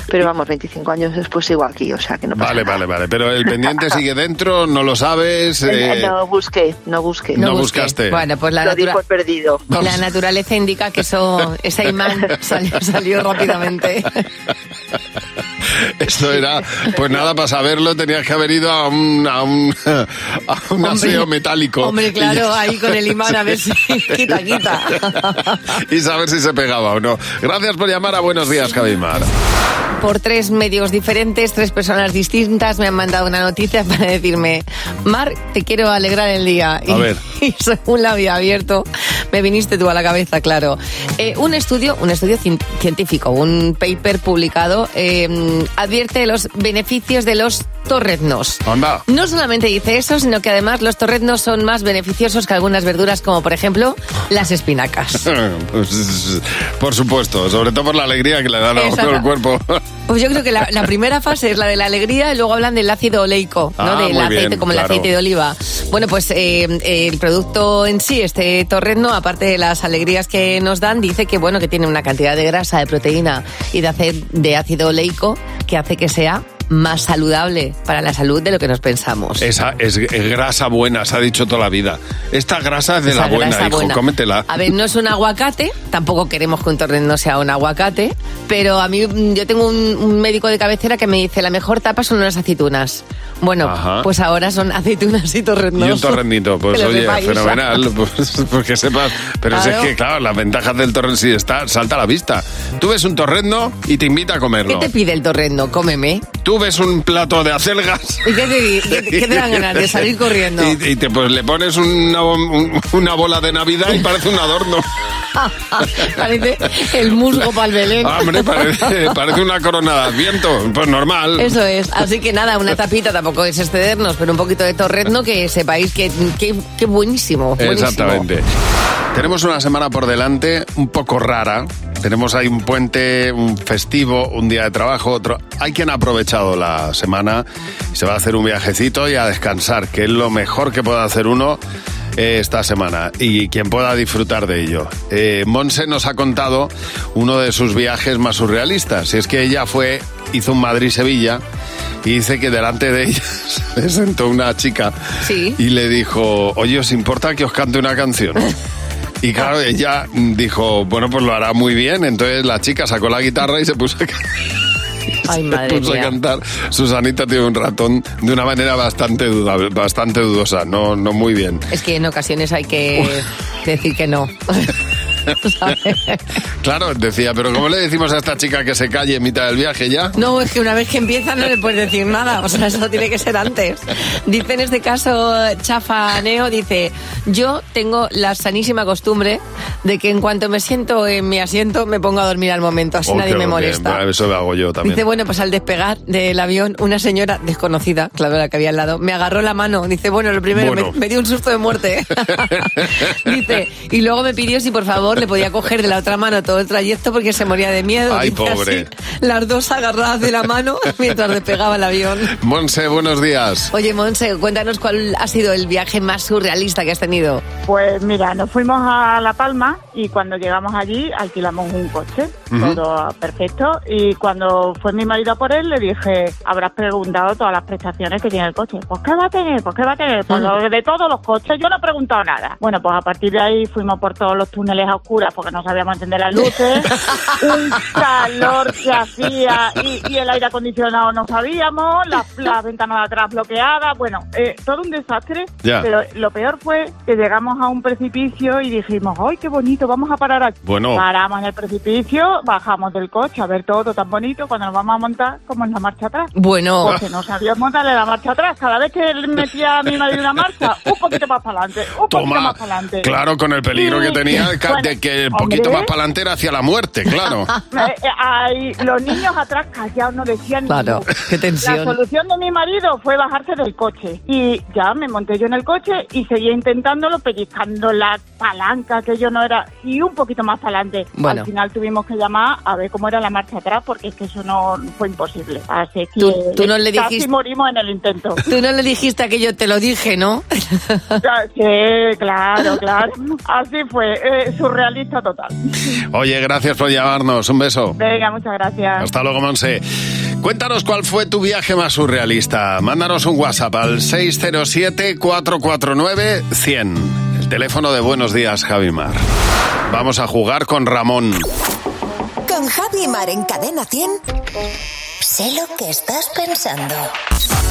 Speaker 17: Pero vamos, 25 años después sigo aquí, o sea que no pasa
Speaker 3: Vale, vale, vale. Pero el pendiente sigue dentro, no lo sabes. eh,
Speaker 17: Pues No busqué, no busqué.
Speaker 3: No No busqué. buscaste.
Speaker 4: Bueno, pues la,
Speaker 17: Lo di
Speaker 4: natura-
Speaker 17: por perdido.
Speaker 4: la naturaleza indica que eso, ese imán salió, salió rápidamente.
Speaker 3: Esto era, pues nada, para saberlo tenías que haber ido a un, a un, a un aseo metálico.
Speaker 4: Hombre,
Speaker 3: Y
Speaker 4: claro,
Speaker 3: ya-
Speaker 4: ahí con el imán a ver si quita, quita.
Speaker 3: y saber si se pegaba o no. Gracias por llamar a Buenos Días, Javimar.
Speaker 4: Por tres medios diferentes, tres personas distintas me han mandado una noticia para decirme, Mar, te quiero alegrar el día.
Speaker 3: A ver.
Speaker 4: Y según la había abierto, me viniste tú a la cabeza, claro. Eh, un estudio, un estudio cien- científico, un paper publicado, eh, advierte los beneficios de los torreznos.
Speaker 3: Anda.
Speaker 4: No solamente dice eso, sino que además los torreznos son más beneficiosos que algunas verduras, como por ejemplo las espinacas.
Speaker 3: Pues, por supuesto, sobre todo por la alegría que le dan a
Speaker 4: Exacto.
Speaker 3: uno el cuerpo.
Speaker 4: Pues yo creo que la, la primera fase es la de la alegría y luego hablan del ácido oleico, ¿no?
Speaker 3: Ah,
Speaker 4: del
Speaker 3: muy
Speaker 4: aceite,
Speaker 3: bien,
Speaker 4: como el
Speaker 3: claro.
Speaker 4: aceite de oliva. Bueno, pues eh, el producto en sí, este torrezno, aparte de las alegrías que nos dan, dice que bueno, que tiene una cantidad de grasa, de proteína y de, ace- de ácido oleico que hace que sea más saludable para la salud de lo que nos pensamos.
Speaker 3: Esa es, es grasa buena, se ha dicho toda la vida. Esta grasa es de
Speaker 4: Esa
Speaker 3: la buena,
Speaker 4: grasa
Speaker 3: hijo,
Speaker 4: buena.
Speaker 3: cómetela.
Speaker 4: A ver, no es un aguacate, tampoco queremos que un torrendo sea un aguacate, pero a mí mm, yo tengo un, un médico de cabecera que me dice la mejor tapa son unas aceitunas. Bueno,
Speaker 3: Ajá.
Speaker 4: pues ahora son aceitunas y
Speaker 3: Y
Speaker 4: torrendos.
Speaker 3: un torrendito, pues
Speaker 4: Que lo
Speaker 3: oye,
Speaker 4: sepáis.
Speaker 3: fenomenal, pues, porque sepas. Pero si es
Speaker 4: Claro.
Speaker 3: que, claro, las ventajas del torrendo sí está, salta a la vista. Tú ves un torrendo y te invita a
Speaker 4: ¿Qué
Speaker 3: comerlo.
Speaker 4: te pide el torrendo? Cómeme.
Speaker 3: Tú ves un plato de acelgas.
Speaker 4: ¿Y qué te, di- qué te- qué te dan ganas de salir corriendo?
Speaker 3: Y, y te, pues le pones una, bo- un- una bola de Navidad y parece un adorno.
Speaker 4: Parece el musgo para el Belén.
Speaker 3: Ah, Hombre, parece, parece una corona de adviento. Pues normal.
Speaker 4: Eso es. Así que nada, una tapita tampoco es excedernos, pero un poquito de torrendo que sepáis que, que, que buenísimo, buenísimo.
Speaker 3: Exactamente. Tenemos una semana por delante un poco rara. Tenemos ahí un puente, un festivo, un día de trabajo, otro. Hay quien ha aprovechado la semana y se va a hacer un viajecito y a descansar, que es lo mejor que puede hacer uno eh, esta semana y quien pueda disfrutar de ello. Eh, Monse nos ha contado uno de sus viajes más surrealistas. Y es que ella fue, hizo un Madrid-Sevilla y dice que delante de ella se sentó una chica y le dijo, oye, ¿os importa que os cante una canción? Y claro, ella dijo, bueno, pues lo hará muy bien. Entonces la chica sacó la guitarra y se puso a, ca-
Speaker 4: Ay, madre
Speaker 3: puso a
Speaker 4: mía.
Speaker 3: cantar. Susanita tiene un ratón de una manera bastante dudable, bastante dudosa, no, no muy bien.
Speaker 4: Es que en ocasiones hay que decir que no.
Speaker 3: Claro, decía, pero ¿cómo le decimos a esta chica que se calle en mitad del viaje ya?
Speaker 4: No, es que una vez que empieza no le puedes decir nada, o sea, eso tiene que ser antes. Dice en este caso Chafaneo, dice, yo tengo la sanísima costumbre de que en cuanto me siento en mi asiento me pongo a dormir al momento, así
Speaker 3: Oh,
Speaker 4: nadie
Speaker 3: qué
Speaker 4: me
Speaker 3: bien,
Speaker 4: molesta.
Speaker 3: Eso lo hago yo también.
Speaker 4: Dice, bueno, pues al despegar del avión, una señora desconocida, claro, la que había al lado, me agarró la mano. Dice, bueno, lo primero,
Speaker 3: Bueno.
Speaker 4: Me, me dio un susto de muerte. Dice, y luego me pidió si por favor le podía coger de la otra mano todo el trayecto porque se moría de miedo.
Speaker 3: Ay,
Speaker 4: Dice,
Speaker 3: pobre.
Speaker 4: así, las dos agarradas de la mano mientras despegaba el avión.
Speaker 3: Monse, buenos días.
Speaker 4: Oye, Monse, cuéntanos cuál ha sido el viaje más surrealista que has tenido.
Speaker 21: Pues mira, nos fuimos a La Palma y cuando llegamos allí alquilamos un coche,
Speaker 22: Ujú.
Speaker 21: todo perfecto. Y cuando fue mi marido a por él, le dije, habrás preguntado todas las prestaciones que tiene el coche. Pues qué va a tener, pues qué va a tener, pues lo de todos los coches, yo no he preguntado nada. Bueno, pues a partir de ahí fuimos por todos los túneles a oscuras porque no sabíamos entender las luces, un calor que hacía y, y el aire acondicionado no sabíamos, las, las ventanas de atrás bloqueadas, bueno, eh, todo un desastre.
Speaker 3: Ya.
Speaker 21: Pero lo peor fue que llegamos a un precipicio y dijimos, ¡ay, qué bonito! Vamos a parar aquí.
Speaker 3: Bueno.
Speaker 21: Paramos en el precipicio, bajamos del coche a ver todo tan bonito, cuando nos vamos a montar, como en la marcha atrás.
Speaker 4: Bueno.
Speaker 21: Porque no sabíamos montarle la marcha atrás. Cada vez que él metía a mi madre una marcha, un poquito más para adelante, un poquito
Speaker 3: Toma.
Speaker 21: más para adelante.
Speaker 3: Claro, con el peligro que tenía de ca- de que el poquito más para adelante era hacia la muerte, claro.
Speaker 21: Eh, eh, ay, los niños atrás callados no decían
Speaker 3: Claro,
Speaker 21: ni
Speaker 3: qué tensión.
Speaker 21: La solución de mi marido fue bajarse del coche. Y ya me monté yo en el coche y seguía intentándolo, pellizcando la palanca, que yo no era. Y un poquito más para adelante.
Speaker 4: Bueno.
Speaker 21: Al final tuvimos que llamar a ver cómo era la marcha atrás, porque es que eso no fue imposible. Así que
Speaker 4: Tú- tú no le
Speaker 21: casi
Speaker 4: dijiste-
Speaker 21: morimos en el intento.
Speaker 4: Tú no le dijiste aquello, te lo dije, ¿no?
Speaker 21: Ya, Sí, claro, claro. Así fue, eh, surrealista total.
Speaker 3: Oye, gracias por llamarnos. Un beso.
Speaker 21: Venga, muchas gracias.
Speaker 3: Hasta luego, Monse. Cuéntanos cuál fue tu viaje más surrealista. Mándanos un WhatsApp al 607-449-100. El teléfono de Buenos Días, Javimar. Vamos a jugar con Ramón.
Speaker 2: Con Javi Mar en Cadena 100. Sé lo que estás pensando.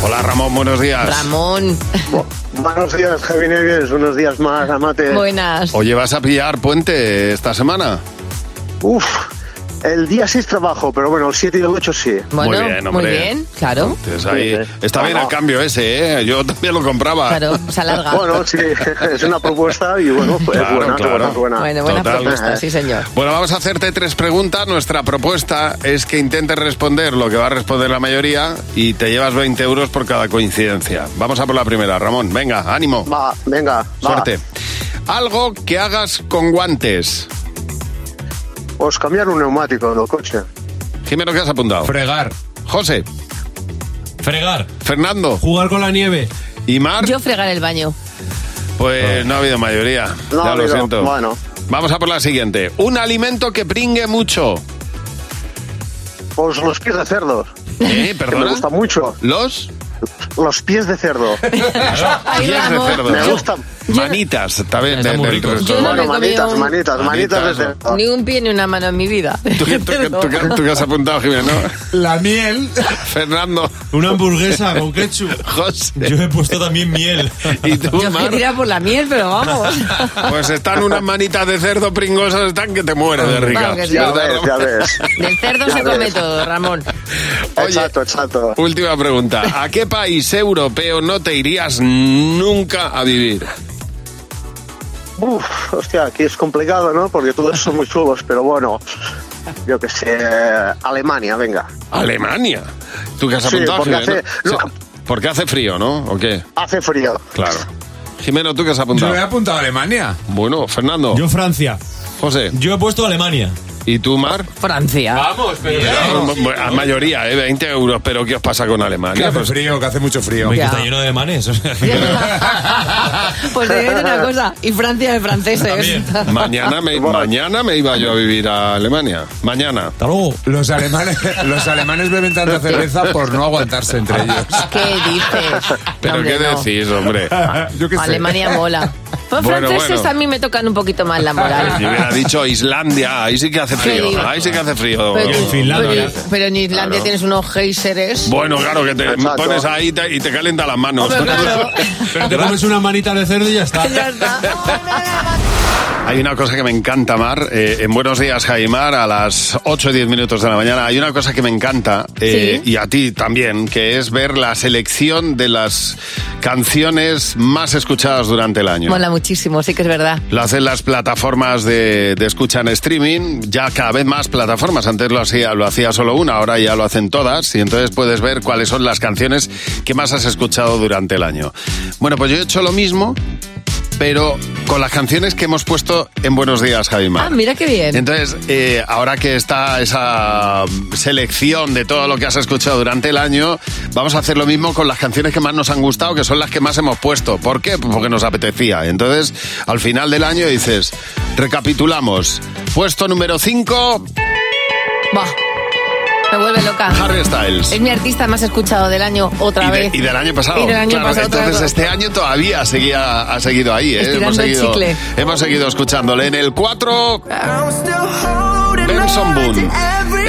Speaker 3: Hola, Ramón, buenos días.
Speaker 4: Ramón.
Speaker 19: Buenos días, Javi Nieves. Buenos días más, Amate.
Speaker 4: Buenas.
Speaker 3: Oye, ¿vas a pillar puente esta semana?
Speaker 19: Uf, el día 6 trabajo, pero bueno, el 7 y el 8 sí.
Speaker 4: Bueno, muy bien, claro.
Speaker 3: Entonces, ahí-
Speaker 19: ¿eh?
Speaker 3: está bien el
Speaker 19: Ajá.
Speaker 3: cambio ese, ¿eh? Yo también lo compraba.
Speaker 4: Claro, se alarga.
Speaker 19: Bueno, sí, es una propuesta y bueno, pues
Speaker 3: Claro,
Speaker 19: buena,
Speaker 3: claro.
Speaker 19: buena, buena.
Speaker 4: Bueno, buena
Speaker 3: Ah, Total.
Speaker 4: propuesta, sí, señor.
Speaker 3: Bueno, vamos a hacerte tres preguntas. Nuestra propuesta es que intentes responder lo que va a responder la mayoría y te llevas 20 euros por cada coincidencia. Vamos a por la primera, Ramón. Venga, ánimo.
Speaker 19: Va, venga.
Speaker 3: Suerte. Algo que hagas con guantes.
Speaker 19: Os Pues cambiar un neumático en el coche.
Speaker 3: Jimeno, ¿qué has apuntado? Fregar. José. Fregar. Fernando. Jugar con la nieve. Y Mar,
Speaker 4: Yo fregar el baño.
Speaker 3: pues no ha habido mayoría.
Speaker 19: No
Speaker 3: ya
Speaker 19: ha
Speaker 3: lo
Speaker 19: habido.
Speaker 3: siento.
Speaker 19: Bueno.
Speaker 3: Vamos a por la siguiente. Un alimento que pringue mucho.
Speaker 19: Pues los pies de cerdo.
Speaker 3: ¿Eh?
Speaker 19: Que me
Speaker 3: ¿Perdona?
Speaker 19: gusta mucho.
Speaker 3: ¿Los?
Speaker 19: Los pies de cerdo.
Speaker 3: Pies de cerdo.
Speaker 19: Me gustan.
Speaker 3: Manitas, también.
Speaker 19: Está
Speaker 3: de-
Speaker 19: muy
Speaker 3: del
Speaker 19: rico.
Speaker 3: resto.
Speaker 19: Yo no Bueno, me comí manitas, un- manitas, manitas de cerdo.
Speaker 4: Ni un pie ni una mano en mi vida.
Speaker 3: ¿Tú, qué- tú qué- tú qué- tú qué has apuntado, Jimeno? La miel. Fernando.
Speaker 5: Una hamburguesa con ketchup.
Speaker 3: José.
Speaker 5: Yo he puesto también miel.
Speaker 3: ¿Y tú,
Speaker 4: Yo fui
Speaker 3: Mar?
Speaker 4: tirada por la miel, pero vamos.
Speaker 3: Pues están unas manitas de cerdo pringosas, están que te mueres de rica.
Speaker 4: Vamos, que sí. Ya
Speaker 3: ¿Verdad,
Speaker 4: ves, ya
Speaker 3: Ramón?
Speaker 4: ves. Del cerdo se come todo, Ramón.
Speaker 19: Exacto, exacto.
Speaker 3: Última pregunta. ¿A qué país europeo no te irías nunca a vivir?
Speaker 19: Uf, hostia, aquí es complicado, ¿no? Porque todos son muy chulos, pero bueno. Yo que sé, Alemania, venga.
Speaker 3: Alemania. ¿Tú qué has
Speaker 19: Sí,
Speaker 3: apuntado,
Speaker 19: porque
Speaker 3: Jimeno?
Speaker 19: hace- no.
Speaker 3: Sí, Porque hace frío, ¿no? ¿O qué?
Speaker 19: Hace frío.
Speaker 3: Claro. Jimeno, ¿tú qué has apuntado?
Speaker 16: Yo he apuntado a Alemania.
Speaker 3: Bueno, Fernando.
Speaker 16: Yo Francia.
Speaker 3: José.
Speaker 16: Yo he puesto Alemania.
Speaker 3: ¿Y tú, Mar?
Speaker 4: Francia.
Speaker 5: Vamos, pero...
Speaker 3: A mayoría, ¿eh? 20 euros. ¿Pero qué os pasa con Alemania?
Speaker 14: Que hace
Speaker 3: Pues-
Speaker 14: frío, que hace mucho frío.
Speaker 3: Hombre, que Ya.
Speaker 16: Está lleno de alemanes.
Speaker 4: Pues te voy a decir una cosa. Y Francia ¿eh? de franceses.
Speaker 3: Mañana me, mañana me iba yo a vivir a Alemania. Mañana.
Speaker 14: Los alemanes, los alemanes beben tanta cerveza por no aguantarse
Speaker 3: Ah,
Speaker 14: entre ellos.
Speaker 4: ¿Qué dices?
Speaker 3: Pero
Speaker 4: Hombre,
Speaker 3: qué
Speaker 4: no.
Speaker 3: decís, hombre.
Speaker 14: Yo qué sé.
Speaker 4: Alemania mola. Los
Speaker 3: Bueno,
Speaker 4: franceses
Speaker 3: bueno.
Speaker 4: también me tocan un poquito más la moral.
Speaker 3: Yo hubiera dicho Islandia, ahí sí que hace frío. Ahí sí que hace frío.
Speaker 4: Pero-
Speaker 3: Bueno,
Speaker 4: Pero, pero en Islandia
Speaker 3: Claro.
Speaker 4: tienes unos geysers.
Speaker 3: Bueno, claro, que te
Speaker 5: Exacto.
Speaker 3: pones ahí y te, y te calienta las manos.
Speaker 5: Pero te pones una manita de cerdo y ya está.
Speaker 3: Hay una cosa que me encanta, Mar. eh, en Buenos Días, Jaimar, a las 8 o 10 minutos de la mañana, hay una cosa que me encanta, eh, y a ti también, que es ver la selección de las canciones más escuchadas durante el año.
Speaker 4: Mola muchísimo, sí que es verdad.
Speaker 3: Lo hacen las plataformas de, de escucha en streaming, ya cada vez más plataformas. Antes lo hacía, lo hacía solo una, ahora ya lo hacen todas y entonces puedes ver cuáles son las canciones que más has escuchado durante el año. Bueno, pues yo he hecho lo mismo, pero con las canciones que hemos puesto en Buenos Días, Javimar.
Speaker 4: Ah, mira qué bien.
Speaker 3: Entonces, eh, ahora que está esa selección de todo lo que has escuchado durante el año, vamos a hacer lo mismo con las canciones que más nos han gustado, que son las que más hemos puesto. ¿Por qué? Pues porque nos apetecía. Entonces, al final del año dices, recapitulamos, puesto número 5,
Speaker 4: Me vuelve loca.
Speaker 3: Harry Styles.
Speaker 4: Es mi artista más escuchado del año otra
Speaker 3: Y, de-
Speaker 4: vez.
Speaker 3: y del año pasado.
Speaker 4: Y del año
Speaker 3: Claro,
Speaker 4: pasado otra
Speaker 3: entonces
Speaker 4: vez.
Speaker 3: este año todavía seguía, ha seguido ahí. ¿eh?
Speaker 4: Estirando
Speaker 3: Hemos,
Speaker 4: el
Speaker 3: seguido,
Speaker 4: chicle.
Speaker 3: hemos seguido escuchándole. En el 4, Benson Boone.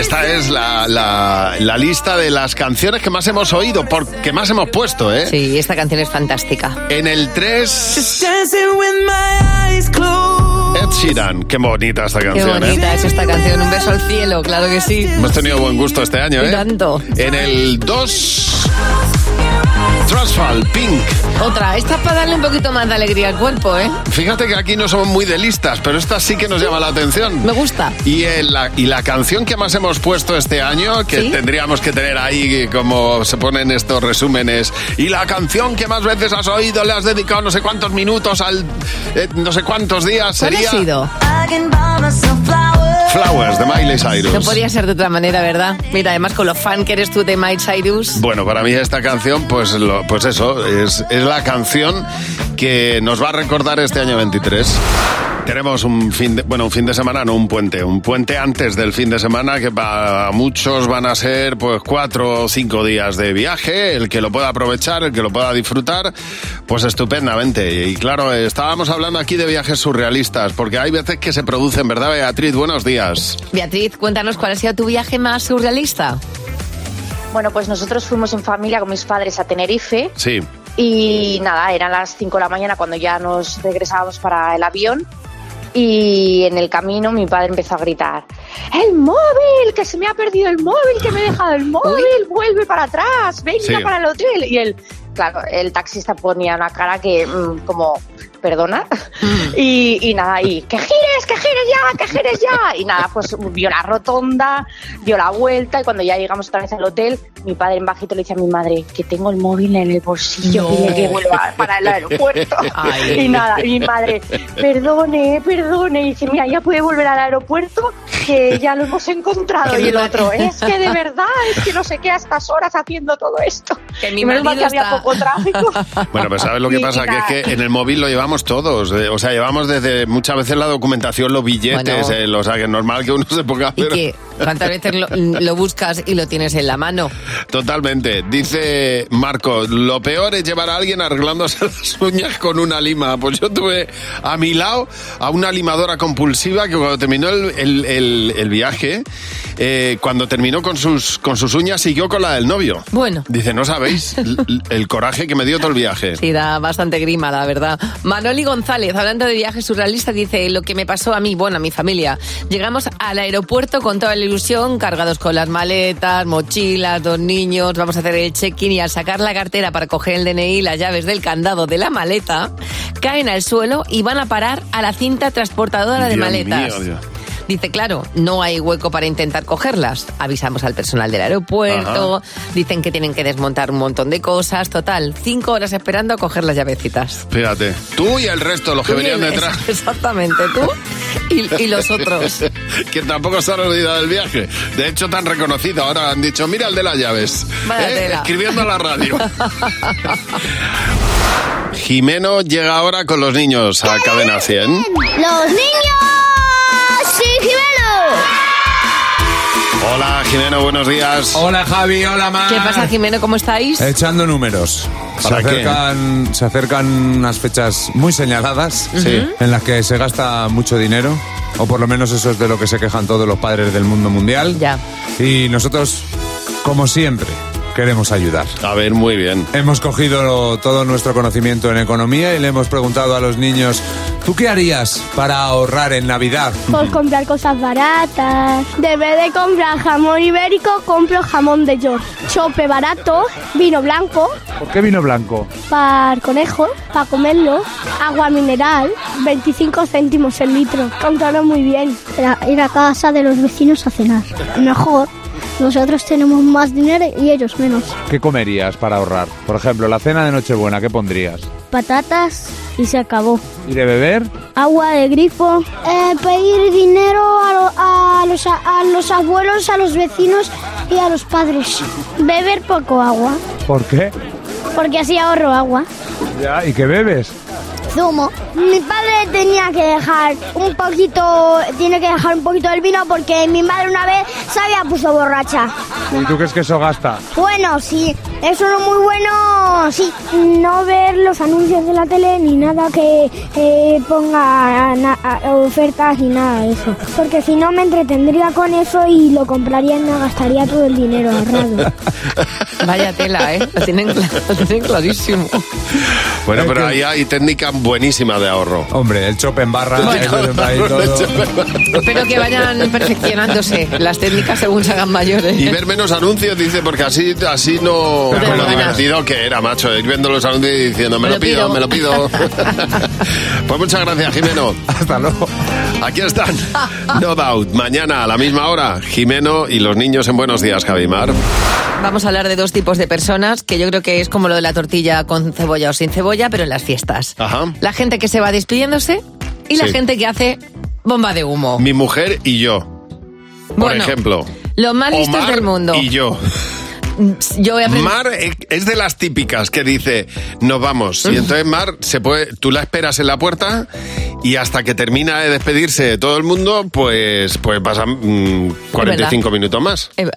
Speaker 3: Esta es la, la- la lista de las canciones que más hemos oído, por, que más hemos puesto. ¿eh?
Speaker 4: Sí, esta canción es fantástica.
Speaker 3: En el 3,
Speaker 1: Just dancing with my eyes closed.
Speaker 3: Ed Sheeran. Qué bonita esta
Speaker 4: Qué
Speaker 3: canción. ¿eh?
Speaker 4: bonita es esta canción. Un beso al cielo, claro que sí.
Speaker 3: Hemos tenido buen gusto este año,
Speaker 4: Y
Speaker 3: ¿eh?
Speaker 4: tanto.
Speaker 3: En el 2, Transfall, Pink.
Speaker 4: Otra. Esta es para darle un poquito más de alegría al cuerpo,
Speaker 3: Ah,
Speaker 4: ¿eh?
Speaker 3: Fíjate que aquí no somos muy de listas, pero esta sí que nos llama la atención.
Speaker 4: Me gusta.
Speaker 3: Y, el- la, y la canción que más hemos puesto este año, que
Speaker 4: ¿Sí?
Speaker 3: tendríamos que tener ahí como se ponen estos resúmenes, y la canción que más veces has oído, le has dedicado no sé cuántos minutos al eh, no sé cuántos días,
Speaker 4: ¿Cuál ha
Speaker 3: sería
Speaker 4: sido?
Speaker 3: Flowers de Miley Cyrus.
Speaker 4: No podía ser de otra manera, ¿verdad? Mira, además con lo fan que eres tú de Miley Cyrus.
Speaker 3: Bueno, para mí esta canción, pues, lo- pues eso, es, es la canción que nos va a recordar este año 23. Tenemos un fin de, bueno, un fin de semana, no un puente, un puente antes del fin de semana que para muchos van a ser pues cuatro o cinco días de viaje, el que lo pueda aprovechar, el que lo pueda disfrutar, pues estupendamente. Y claro, estábamos hablando aquí de viajes surrealistas, porque hay veces que se producen, ¿verdad Beatriz? Buenos días.
Speaker 4: Beatriz, cuéntanos cuál ha sido tu viaje más surrealista.
Speaker 22: Bueno, pues nosotros fuimos en familia con mis padres a Tenerife
Speaker 3: Sí.
Speaker 22: y nada, eran las 5 de la mañana cuando ya nos regresábamos para el avión y en el camino mi padre empezó a gritar, ¡El móvil! ¡Que se me ha perdido el móvil! ¡Que me he dejado el móvil! ¡Vuelve para atrás! ¡Venga
Speaker 23: Sí.
Speaker 22: para el hotel! Y él, claro, el taxista ponía una cara que mm, como, ¿perdona? Y, y nada, y ¡que gires! ¡Que gires ya! ¡Que gires ya! Y nada, pues vio la rotonda, dio la vuelta y cuando ya llegamos otra vez al hotel, mi padre en bajito le dice a mi madre que tengo el móvil en el bolsillo,
Speaker 23: No.
Speaker 22: dile que vuelva para el aeropuerto.
Speaker 23: Ay.
Speaker 22: Y nada, y mi madre, perdone, perdone. Y dice, mira, ya puede volver al aeropuerto que ya lo hemos encontrado.
Speaker 23: Que
Speaker 22: Y el
Speaker 23: mi ma-
Speaker 22: otro, es que de verdad, es que no sé qué a estas horas haciendo todo esto.
Speaker 4: Que
Speaker 22: y menos mal que había poco tráfico.
Speaker 3: Bueno, pues ¿sabes lo que
Speaker 22: Y
Speaker 3: pasa? Que
Speaker 22: nada.
Speaker 3: es que en el móvil lo llevamos todos. eh, o sea, llevamos desde muchas veces la documentación, los billetes,
Speaker 4: Bueno.
Speaker 3: eh, o sea, que es normal que uno se ponga a
Speaker 4: Y
Speaker 3: hacer-
Speaker 4: que cuántas veces lo, lo buscas y lo tienes en la mano.
Speaker 3: Totalmente. Dice Marco, lo peor es llevar a alguien arreglándose las uñas con una lima. Pues yo tuve a mi lado a una limadora compulsiva que cuando terminó el, el- el- el viaje, eh, cuando terminó con sus, con sus uñas, siguió con la del novio.
Speaker 4: Bueno.
Speaker 3: Dice, no sabéis l- l- el coraje que me dio todo el viaje.
Speaker 4: Sí, da bastante grima, la verdad. Manoli González, hablando de viajes surrealistas, dice lo que me pasó a mí, bueno, a mi familia. Llegamos al aeropuerto con toda la ilusión, cargados con las maletas, mochilas, dos niños, vamos a hacer el check-in y al sacar la cartera para coger el DNI, las llaves del candado de la maleta, caen al suelo y van a parar a la cinta transportadora de
Speaker 3: Dios
Speaker 4: maletas.
Speaker 3: mío, Dios.
Speaker 4: Dice, claro, no hay hueco para intentar cogerlas. Avisamos al personal del aeropuerto, dicen que tienen que desmontar un montón de cosas. Total, cinco horas esperando a coger las llavecitas.
Speaker 3: Fíjate, tú y el resto, los que
Speaker 4: Tú y
Speaker 3: venían
Speaker 4: el-
Speaker 3: detrás.
Speaker 4: Exactamente, tú y, y los otros.
Speaker 3: que tampoco se han olvidado del viaje. De hecho, tan reconocido. Ahora han dicho, mira el de las llaves.
Speaker 4: Vaya tela.
Speaker 3: Escribiendo a la radio. Jimeno llega ahora con los niños a Cadena 100.
Speaker 23: ¡Los niños! ¡Sí,
Speaker 3: Hola, Jimeno, buenos días.
Speaker 14: Hola, Javi, hola, Mar.
Speaker 4: ¿Qué pasa, Jimeno? ¿Cómo estáis?
Speaker 14: Echando números. Se
Speaker 3: ¿Para qué?
Speaker 14: acercan, se acercan unas fechas muy señaladas
Speaker 3: Sí.
Speaker 14: en las que se gasta mucho dinero, o por lo menos eso es de lo que se quejan todos los padres del mundo mundial.
Speaker 4: Ya.
Speaker 14: Y nosotros, como siempre, queremos ayudar.
Speaker 3: A ver, muy bien.
Speaker 14: Hemos cogido todo nuestro conocimiento en economía y le hemos preguntado a los niños, ¿tú qué harías para ahorrar en Navidad?
Speaker 24: Por comprar cosas baratas. De vez de comprar jamón ibérico, compro jamón de York. Chope barato, vino blanco,
Speaker 25: ¿Por qué vino blanco?
Speaker 24: para conejos, para comerlo. Agua mineral, 25 céntimos el litro. Contaron muy bien.
Speaker 25: Ir a casa de los vecinos a cenar.
Speaker 24: Mejor. Nosotros tenemos más dinero y ellos menos.
Speaker 25: ¿Qué comerías para ahorrar? Por ejemplo, la cena de Nochebuena, ¿qué pondrías?
Speaker 24: Patatas y se acabó.
Speaker 25: ¿Y de beber?
Speaker 24: Agua de grifo. Eh, pedir dinero a, lo- a los, a- a los abuelos, a los vecinos y a los padres. Beber poco agua,
Speaker 25: ¿Por qué?
Speaker 24: porque así ahorro agua.
Speaker 25: Ya, ¿y qué bebes?
Speaker 26: zumo.
Speaker 24: Mi padre tenía que dejar un poquito, tiene que dejar un poquito del vino porque mi madre una vez se había puso borracha.
Speaker 27: ¿Y tú crees que eso gasta?
Speaker 24: Bueno, sí, eso no es muy bueno, sí. No ver los anuncios de la tele ni nada que eh, ponga na- a- ofertas ni nada de eso. Porque si no me entretendría con eso y lo compraría y me gastaría todo el dinero ahorrado.
Speaker 4: Vaya tela, ¿eh? Lo tienen, cla- lo tienen clarísimo.
Speaker 3: Bueno, pero ahí hay técnica buenísima de ahorro.
Speaker 14: Hombre, el chop en barra. eso siempre hay todo.
Speaker 4: Espero que vayan perfeccionándose las técnicas según se hagan mayores.
Speaker 3: Y ver menos anuncios, dice, porque así, así no...
Speaker 4: Pero
Speaker 3: Con lo
Speaker 4: ganas.
Speaker 3: divertido que era, macho, ir viendo los anuncios y diciendo,
Speaker 4: Me
Speaker 3: me, lo
Speaker 4: lo
Speaker 3: pido,
Speaker 4: pido".
Speaker 3: me lo pido. pues muchas gracias, Jimeno.
Speaker 14: Hasta luego.
Speaker 3: Aquí están, No Doubt, mañana a la misma hora, Jimeno y los niños en Buenos Días, Javimar.
Speaker 4: Vamos a hablar de dos tipos de personas, que yo creo que es como lo de la tortilla con cebolla o sin cebolla, pero en las fiestas.
Speaker 3: Ajá.
Speaker 4: La gente que se va despidiéndose y la
Speaker 3: Sí.
Speaker 4: gente que hace bomba de humo.
Speaker 3: Mi mujer y yo, por
Speaker 4: Bueno,
Speaker 3: ejemplo.
Speaker 4: Los más listos
Speaker 3: Omar
Speaker 4: del mundo. Mm,
Speaker 3: Y yo.
Speaker 4: Yo voy a aprender-
Speaker 3: Mar eh, es de las típicas que dice, nos vamos. Y entonces Mar, se puede, tú la esperas en la puerta y hasta que termina de despedirse de todo el mundo, pues, pues pasan mm, 45 minutos más.
Speaker 4: Eh,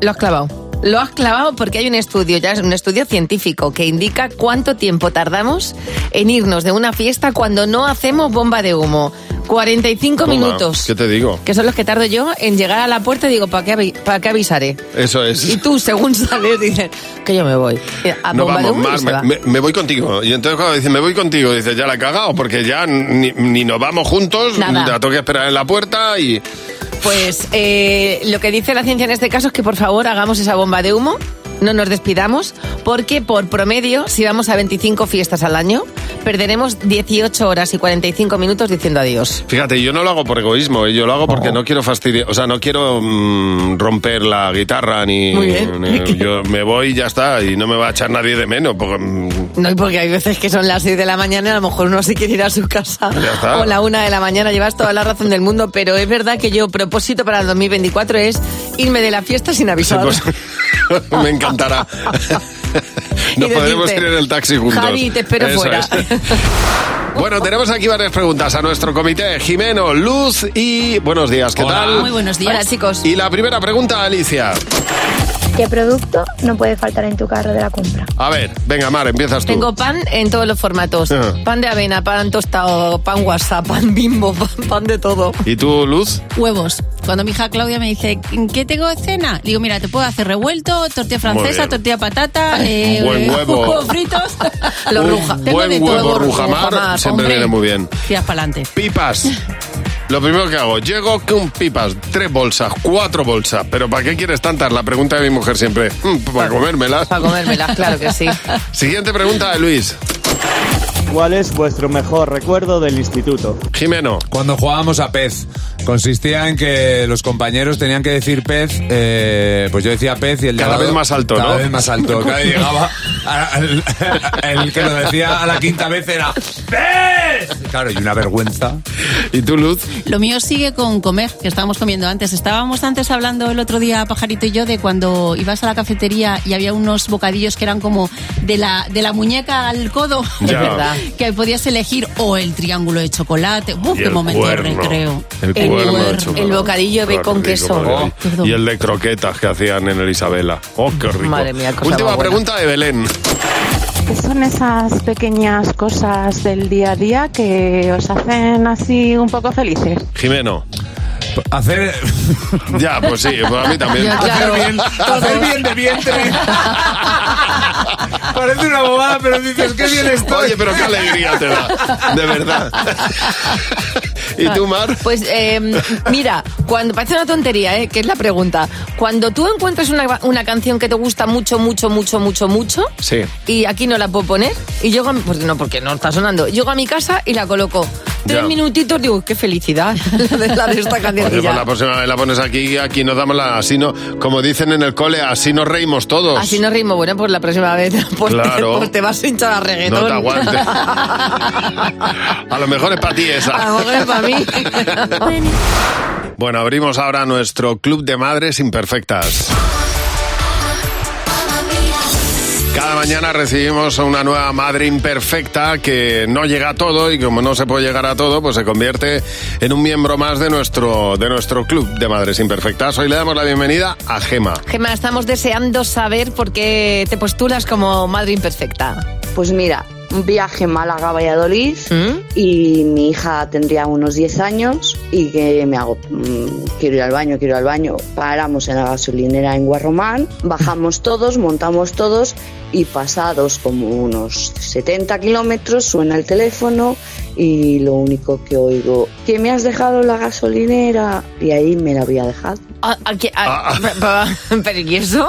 Speaker 4: Lo has clavado. Lo has clavado porque hay un estudio, ya es un estudio científico, que indica cuánto tiempo tardamos en irnos de una fiesta cuando no hacemos bomba de humo. 45
Speaker 3: Toma,
Speaker 4: minutos,
Speaker 3: ¿Qué te digo?
Speaker 4: que son los que tardo yo en llegar a la puerta y digo, ¿para qué, avi- para qué avisaré?
Speaker 3: Eso es.
Speaker 4: Y tú, según sales, dices, que yo me voy. A
Speaker 3: No
Speaker 4: bomba de
Speaker 3: vamos,
Speaker 4: humo y
Speaker 3: Mar,
Speaker 4: se
Speaker 3: me,
Speaker 4: va.
Speaker 3: me- me voy contigo. Y entonces cuando dice, me voy contigo, dice, ya la he cagado, porque ya ni, ni nos vamos juntos,
Speaker 4: Nada.
Speaker 3: la tengo que esperar en la puerta y...
Speaker 4: Pues eh, lo que dice la ciencia en este caso es que por favor hagamos esa bomba de humo, no nos despidamos, porque por promedio, si vamos a 25 fiestas al año, perderemos 18 horas y 45 minutos diciendo adiós.
Speaker 3: Fíjate, yo no lo hago por egoísmo, ¿eh? yo lo hago porque
Speaker 4: Oh.
Speaker 3: no quiero fastidiar, o sea, no quiero mm, romper la guitarra ni,
Speaker 4: Muy bien.
Speaker 3: ni- yo me voy y ya está y no me va a echar nadie de menos, porque, mm,
Speaker 4: No, y porque hay veces que son las 6 de la mañana y a lo mejor uno sí quiere ir a su casa
Speaker 3: Ya está.
Speaker 4: o la 1 de la mañana, llevas toda la razón del mundo, pero es verdad que yo propósito para el 2024 es irme de la fiesta sin avisar.
Speaker 3: pues, me encantará.
Speaker 4: Y
Speaker 3: Nos
Speaker 4: decirte,
Speaker 3: podremos ir en el taxi juntos.
Speaker 4: Javi, te espero
Speaker 3: Eso
Speaker 4: fuera.
Speaker 3: es. Bueno, tenemos aquí varias preguntas a nuestro comité. Jimeno, Luz y buenos días, ¿qué tal?
Speaker 4: Muy buenos días. Hola, chicos.
Speaker 3: Y la primera pregunta, Alicia. pues.
Speaker 24: ¿Qué producto no puede faltar en tu carro de la compra?
Speaker 3: A ver, venga, Mar, empiezas tú.
Speaker 4: Tengo pan en todos los formatos.
Speaker 3: Ah.
Speaker 4: Pan de avena, pan tostado, pan WhatsApp, pan bimbo, pan, pan de todo.
Speaker 3: ¿Y tú, Luz?
Speaker 22: Huevos. Cuando mi hija Claudia me dice, ¿qué tengo de cena? Le digo, mira, te puedo hacer revuelto, tortilla
Speaker 3: bien.
Speaker 22: francesa, tortilla patata, eh,
Speaker 3: Buen huevo.
Speaker 22: huevos fritos. Tengo
Speaker 3: Un
Speaker 22: de
Speaker 3: Buen
Speaker 22: todo. ¿eh?
Speaker 3: huevo rujamar siempre
Speaker 22: hombre.
Speaker 3: viene muy bien.
Speaker 22: Tiras para adelante.
Speaker 3: Pipas. Lo primero que hago, llego con pipas, tres bolsas, cuatro bolsas. Pero ¿para qué quieres tantas? La pregunta de mi mujer siempre. "Mm, Para comérmelas.
Speaker 4: Para comérmelas, claro que sí.
Speaker 3: Siguiente pregunta de Luis.
Speaker 19: ¿Cuál es vuestro mejor recuerdo del instituto?
Speaker 3: Jimeno.
Speaker 14: Cuando jugábamos a pez, consistía en que los compañeros tenían que decir pez, eh, pues yo decía pez y el de
Speaker 3: Cada
Speaker 14: al
Speaker 3: vez
Speaker 14: lado-
Speaker 3: más alto,
Speaker 14: cada
Speaker 3: ¿no?
Speaker 14: vez más alto. Cada vez llegaba, a- al- el que lo decía a la quinta vez era pez. Claro, y una vergüenza.
Speaker 3: ¿Y tú, Luz?
Speaker 22: Lo mío sigue con comer, que estábamos comiendo antes. Estábamos antes hablando el otro día, Pajarito y yo, de cuando ibas a la cafetería y había unos bocadillos que eran como de la, de la muñeca al codo.
Speaker 3: Ya. Es verdad.
Speaker 22: Que podías elegir o el triángulo de chocolate. ¡Uf,
Speaker 3: Y
Speaker 22: qué
Speaker 3: el
Speaker 22: momento de
Speaker 3: cuerno.
Speaker 22: recreo!
Speaker 3: El cuerno de
Speaker 22: cuerno.
Speaker 3: chocolate.
Speaker 4: el bocadillo de
Speaker 3: Qué
Speaker 4: con
Speaker 3: rico,
Speaker 4: queso.
Speaker 3: madre mía.
Speaker 4: Perdón.
Speaker 3: Y el de croquetas que hacían en el Isabela. Oh, qué rico.
Speaker 4: Madre mía, cosa
Speaker 3: Última
Speaker 4: más buena.
Speaker 3: pregunta de Belén.
Speaker 9: ¿Qué son esas pequeñas cosas del día a día que os hacen así un poco felices?
Speaker 3: Jimeno.
Speaker 14: Hacer.
Speaker 3: Ya, pues sí, pues a mí también.
Speaker 14: Yo, claro. Hacer bien- hacer bien de vientre. Parece una bobada, pero dices, qué bien estoy.
Speaker 3: Oye, pero qué alegría te da. De verdad. ¿Y tú, Mar?
Speaker 4: Pues eh, mira, cuando parece una tontería, ¿eh? que es la pregunta. Cuando tú encuentras una, una canción que te gusta mucho, mucho, mucho, mucho, mucho,
Speaker 3: Sí.
Speaker 4: y aquí no la puedo poner, y llego a mi, pues no, porque no está sonando, llego a mi casa y la coloco. Tres
Speaker 3: Ya.
Speaker 4: minutitos, digo, qué felicidad la de, la de esta canción.
Speaker 3: Oye,
Speaker 4: Y ya.
Speaker 3: pues la próxima vez la pones aquí, aquí nos damos la. Así no, como dicen en el cole, así nos reímos todos.
Speaker 4: Así no ritmo, bueno, pues la próxima vez pues,
Speaker 3: Claro.
Speaker 4: te, pues te vas a hinchar a reggaetón.
Speaker 3: No te aguantes. A lo mejor es para ti
Speaker 4: A
Speaker 3: esa.
Speaker 4: lo mejor es para mí.
Speaker 3: Bueno, abrimos ahora nuestro club de madres imperfectas. Cada mañana recibimos a una nueva madre imperfecta que no llega a todo y como no se puede llegar a todo, pues se convierte en un miembro más de nuestro, de nuestro club de madres imperfectas. Hoy le damos la bienvenida a Gema.
Speaker 4: Gemma, estamos deseando saber por qué te postulas como madre imperfecta.
Speaker 9: Pues mira, un viaje Málaga-Valladolid
Speaker 4: ¿Mm?
Speaker 9: y mi hija tendría unos 10 años y que me hago, mm, quiero ir al baño, quiero ir al baño. Paramos en la gasolinera en Guarromán, bajamos todos, montamos todos y pasados como unos 70 kilómetros suena el teléfono y lo único que oigo, que me has dejado la gasolinera y ahí me la había dejado.
Speaker 4: Ah, ah, que- ah, pa- pa- ¿Pero y eso?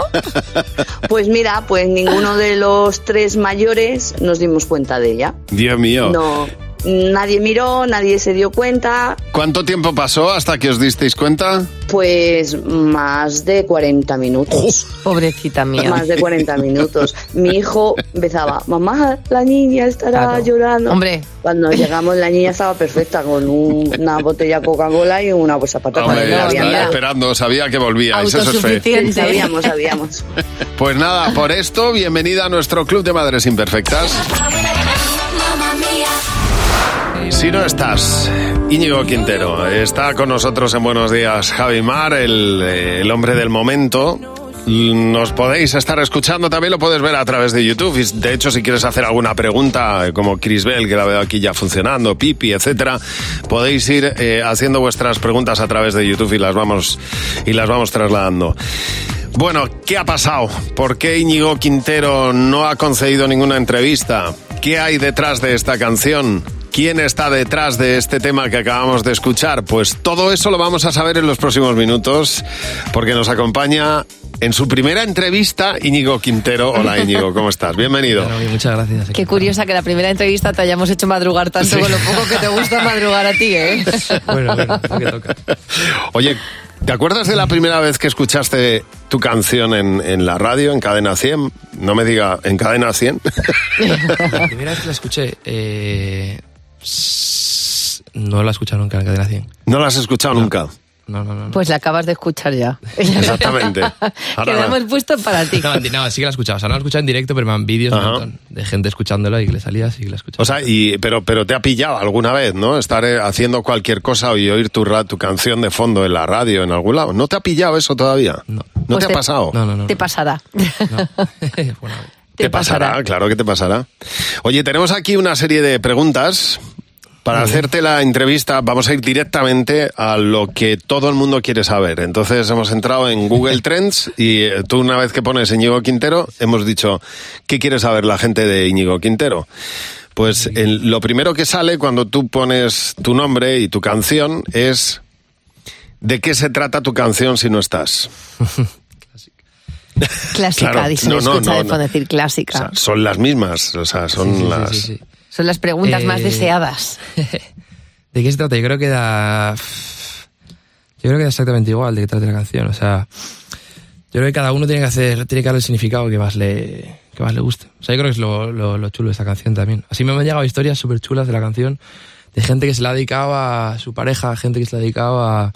Speaker 9: Pues mira, pues ninguno de los tres mayores nos dimos cuenta de ella.
Speaker 3: Dios mío.
Speaker 9: No, nadie miró, nadie se dio cuenta,
Speaker 3: ¿Cuánto tiempo pasó hasta que os disteis cuenta?
Speaker 9: pues más de 40 minutos.
Speaker 4: Pobrecita mía.
Speaker 9: Más de 40 minutos. Mi hijo empezaba, mamá, la niña estará
Speaker 4: Claro.
Speaker 9: llorando.
Speaker 4: Hombre.
Speaker 9: Cuando llegamos la niña estaba perfecta con un- una botella de Coca-Cola y una bolsa de patatas.
Speaker 3: Hombre,
Speaker 9: No
Speaker 3: ya
Speaker 9: había
Speaker 3: estaba
Speaker 9: nada.
Speaker 3: esperando, sabía que volvíais, eso es fe.
Speaker 9: Sabíamos, sabíamos.
Speaker 3: Pues nada, por esto, bienvenida a nuestro club de madres imperfectas. Si no estás, Íñigo Quintero está con nosotros en Buenos Días, Javi Mar, el, eh, el hombre del momento. Nos podéis estar escuchando, también lo puedes ver a través de YouTube. Y de hecho, si quieres hacer alguna pregunta, eh, como Chris Bell, que la veo aquí ya funcionando, Pipi, etcétera, podéis ir eh, haciendo vuestras preguntas a través de YouTube y las vamos, y las vamos trasladando. Bueno, ¿qué ha pasado? ¿Por qué Íñigo Quintero no ha concedido ninguna entrevista? ¿Qué hay detrás de esta canción? ¿Quién está detrás de este tema que acabamos de escuchar? Pues todo eso lo vamos a saber en los próximos minutos, porque nos acompaña en su primera entrevista Íñigo Quintero. Hola Íñigo, ¿cómo estás? Bienvenido.
Speaker 10: muchas gracias.
Speaker 4: Qué curiosa que la primera entrevista te hayamos hecho madrugar tanto con lo poco que te gusta madrugar a ti, ¿eh?
Speaker 3: Oye, ¿te acuerdas de la primera vez que escuchaste tu canción en, en la radio, en Cadena 100? No me diga, ¿en Cadena 100?
Speaker 10: La primera vez que la escuché, eh, s- no la escucharon nunca en Cadena 100.
Speaker 3: No la has escuchado nunca.
Speaker 10: No, no, no. no.
Speaker 4: Pues la acabas de escuchar ya.
Speaker 3: Exactamente.
Speaker 4: Que la hemos puesto para ti.
Speaker 10: No, en di- no, sí que la he escuchado. O sea, no la he escuchado en directo, pero me han vídeos un montón de gente escuchándola y que le salía así que la he escuchado.
Speaker 3: O sea, y, pero, pero te ha pillado alguna vez, ¿no? Estar eh, haciendo cualquier cosa y oír tu, ra- tu canción de fondo en la radio, en algún lado. ¿No te ha pillado eso todavía? No. ¿No
Speaker 4: Pues
Speaker 3: te, ha pasado?
Speaker 10: No, no, no.
Speaker 4: Te pasará.
Speaker 3: Te pasará, claro que te pasará. Oye, tenemos aquí una serie de preguntas. Para hacerte la entrevista vamos a ir directamente a lo que todo el mundo quiere saber. Entonces hemos entrado en Google Trends y eh, tú una vez que pones Íñigo Quintero hemos dicho, ¿qué quiere saber la gente de Íñigo Quintero? Pues el- lo primero que sale cuando tú pones tu nombre y tu canción es ¿de qué se trata tu canción si no estás?
Speaker 4: Clásica,
Speaker 3: Claro,
Speaker 4: dice.
Speaker 3: no,
Speaker 4: se
Speaker 3: no,
Speaker 4: escucha
Speaker 3: no,
Speaker 4: de
Speaker 3: no.
Speaker 4: fondo decir clásica.
Speaker 3: Son las mismas, o sea, son
Speaker 10: Ah. Sí, sí, sí,
Speaker 3: las...
Speaker 10: sí, sí.
Speaker 4: Son las preguntas más
Speaker 10: Eh,
Speaker 4: deseadas.
Speaker 10: ¿De qué se trata? Yo creo que da. Yo creo que da exactamente igual de qué trata la canción. O sea, yo creo que cada uno tiene que hacer, tiene que darle el significado que más le, que más le guste. O sea, yo creo que es lo, lo- lo chulo de esta canción también. Así me han llegado historias súper chulas de la canción, de gente que se la ha dedicado a su pareja, gente que se la ha dedicado a,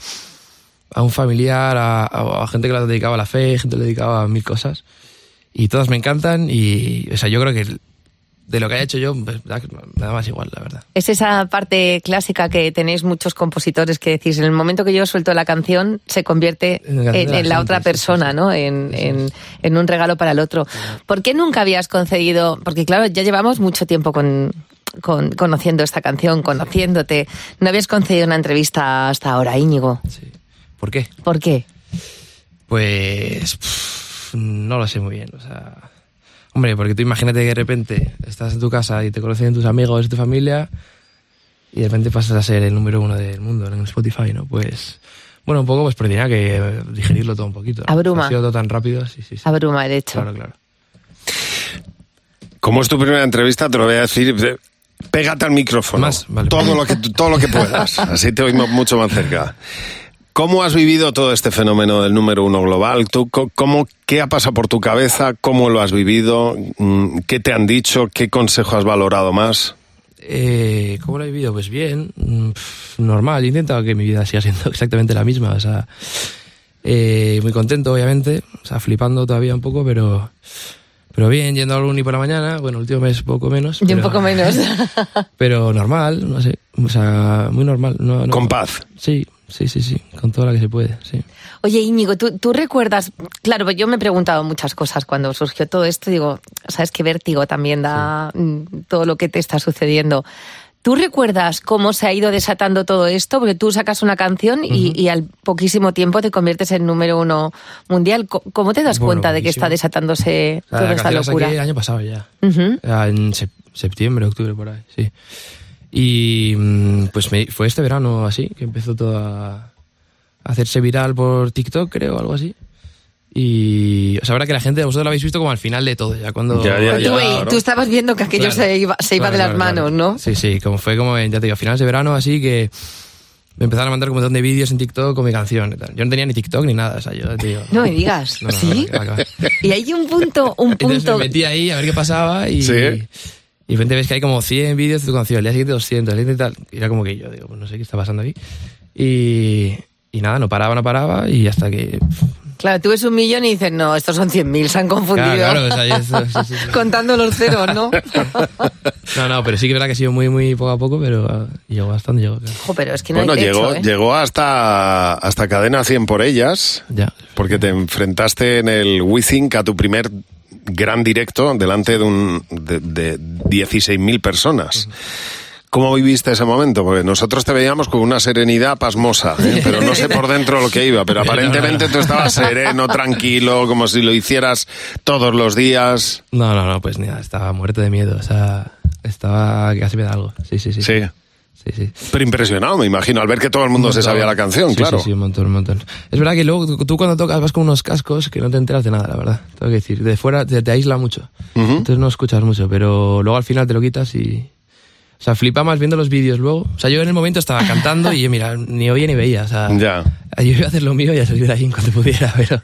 Speaker 10: a un familiar, a, a- a gente que la ha dedicado a la fe, gente que le dedicaba a mil cosas. Y todas me encantan y, o sea, yo creo que de lo que haya hecho yo, pues, da- me da más igual, la verdad.
Speaker 4: Es esa parte clásica que tenéis muchos compositores que decís, en el momento que yo suelto la canción, se convierte
Speaker 10: En la
Speaker 4: en,
Speaker 10: canción de la
Speaker 4: en la
Speaker 10: gente,
Speaker 4: otra persona, ¿no? En, en- en un regalo para el otro. ¿Por qué nunca habías concedido, porque claro, ya llevamos mucho tiempo con, con- conociendo esta canción, conociéndote, no habías concedido una entrevista hasta ahora, Íñigo?
Speaker 10: ¿Por qué?
Speaker 4: ¿Por qué?
Speaker 10: Pues pff, no lo sé muy bien. O sea, hombre, porque tú imagínate que de repente estás en tu casa y te conocen tus amigos, tu familia, y de repente pasas a ser el número uno del mundo en Spotify, ¿no? Pues, bueno, un poco, pues, pero tenía que eh, digerirlo todo un poquito. ¿no?
Speaker 4: Abruma.
Speaker 10: Ha sido todo tan rápido, sí, sí. sí.
Speaker 4: Abruma el hecho.
Speaker 10: Claro, claro.
Speaker 3: Como es tu primera entrevista, te lo voy a decir. eh, Pégate al micrófono. Todo, lo que, todo lo que puedas. Así te oímos mucho más cerca. ¿Cómo has vivido todo este fenómeno del número uno global? ¿Tú, co- cómo, ¿Qué ha pasado por tu cabeza? ¿Cómo lo has vivido? Mm, ¿Qué te han dicho? ¿Qué consejo has valorado más?
Speaker 10: Eh, ¿Cómo lo he vivido? Pues bien, mm, pf, normal. He intentado que mi vida siga siendo exactamente la misma. O sea, eh, muy contento, obviamente. O sea, flipando todavía un poco, pero, Pero bien, yendo al uni por la mañana, bueno, el último mes poco menos.
Speaker 4: Yo
Speaker 10: pero-
Speaker 4: un poco menos.
Speaker 10: Pero normal, no sé. O sea, muy normal. No,
Speaker 3: Con paz.
Speaker 10: Sí, sí, sí, sí. Con toda la que se puede, sí.
Speaker 4: Oye, Íñigo, ¿tú, tú recuerdas, claro, yo me he preguntado muchas cosas cuando surgió todo esto, digo, sabes que vértigo también da mm, todo lo que te está sucediendo. ¿Tú recuerdas cómo se ha ido desatando todo esto? Porque tú sacas una canción y, y al poquísimo tiempo te conviertes en número uno mundial. Co- ¿Cómo te das
Speaker 10: Bueno,
Speaker 4: cuenta de que
Speaker 10: buenísimo. Ah.
Speaker 4: está desatándose
Speaker 10: O sea,
Speaker 4: toda
Speaker 10: la
Speaker 4: esta
Speaker 10: canción la saqué
Speaker 4: locura?
Speaker 10: el año pasado ya.
Speaker 4: Ujú.
Speaker 10: Ah, En sep- septiembre, octubre, por ahí, sí. Y mm, pues me- fue este verano así, que empezó todo a a hacerse viral por TikTok, creo, algo así. Y os sea, ahora que la gente, vosotros lo habéis visto como al final de todo, ya cuando...
Speaker 3: Ya, ya,
Speaker 4: Tú, eh, tú estabas viendo que aquello
Speaker 10: Claro.
Speaker 4: se iba, se iba
Speaker 10: Claro,
Speaker 4: de las manos,
Speaker 10: claro,
Speaker 4: ¿no?
Speaker 10: Sí, sí, como fue como en, ya te digo, a finales de verano, así que me empezaron a mandar un montón de vídeos en TikTok con mi canción. y tal. Yo no tenía ni TikTok ni nada, o sea, yo te digo...
Speaker 4: No me digas,
Speaker 10: no, no,
Speaker 4: ¿sí?
Speaker 10: que va, que va.
Speaker 4: Y hay un punto, un
Speaker 10: Entonces me
Speaker 4: punto...
Speaker 10: metí ahí a ver qué pasaba y... Y de repente ves que hay como 100 vídeos de tu canción, el día siguiente 200, el día siguiente tal. Y era como que yo digo, pues no sé qué está pasando aquí. Y, y nada, no paraba, no paraba y hasta que...
Speaker 4: Claro, tú ves un millón y dices, no, estos son 100.000, se han confundido.
Speaker 10: Claro, claro, o sea, yo- sí, sí, sí.
Speaker 4: Contando los ceros, ¿no?
Speaker 10: No, no, pero sí que es verdad que ha sido muy, muy poco a poco, pero ah, llegó hasta donde llegó. claro.
Speaker 4: Ojo, pero es que no
Speaker 3: Bueno,
Speaker 4: hay techo,
Speaker 3: llegó,
Speaker 4: ¿eh?
Speaker 3: llegó hasta, hasta cadena 100 por ellas.
Speaker 10: Ya.
Speaker 3: Porque te enfrentaste en el Withink a tu primer gran directo delante de, un, de, de 16.000 personas. ¿Cómo viviste ese momento? Porque nosotros te veíamos con una serenidad pasmosa, ¿eh? pero no sé por dentro lo que iba, pero aparentemente tú estabas sereno, tranquilo, como si lo hicieras todos los días.
Speaker 10: No, no, no, pues nada, estaba muerto de miedo, o sea, estaba que casi me da algo. Sí, sí, sí.
Speaker 3: Sí.
Speaker 10: Sí, sí.
Speaker 3: Pero impresionado, me imagino, al ver que todo el mundo se sabía la canción,
Speaker 10: Sí,
Speaker 3: claro.
Speaker 10: Sí, sí, un montón, un montón. Es verdad que luego tú- tú cuando tocas vas con unos cascos que no te enteras de nada, la verdad. Tengo que decir, de fuera te, te aísla mucho. Entonces no escuchas mucho, pero luego al final te lo quitas y... O sea, flipa más viendo los vídeos luego. O sea, yo en el momento estaba cantando y mira, ni oía ni veía. O sea,
Speaker 3: Ya.
Speaker 10: yo iba a hacer lo mío y a salir de ahí en cuanto pudiera, pero...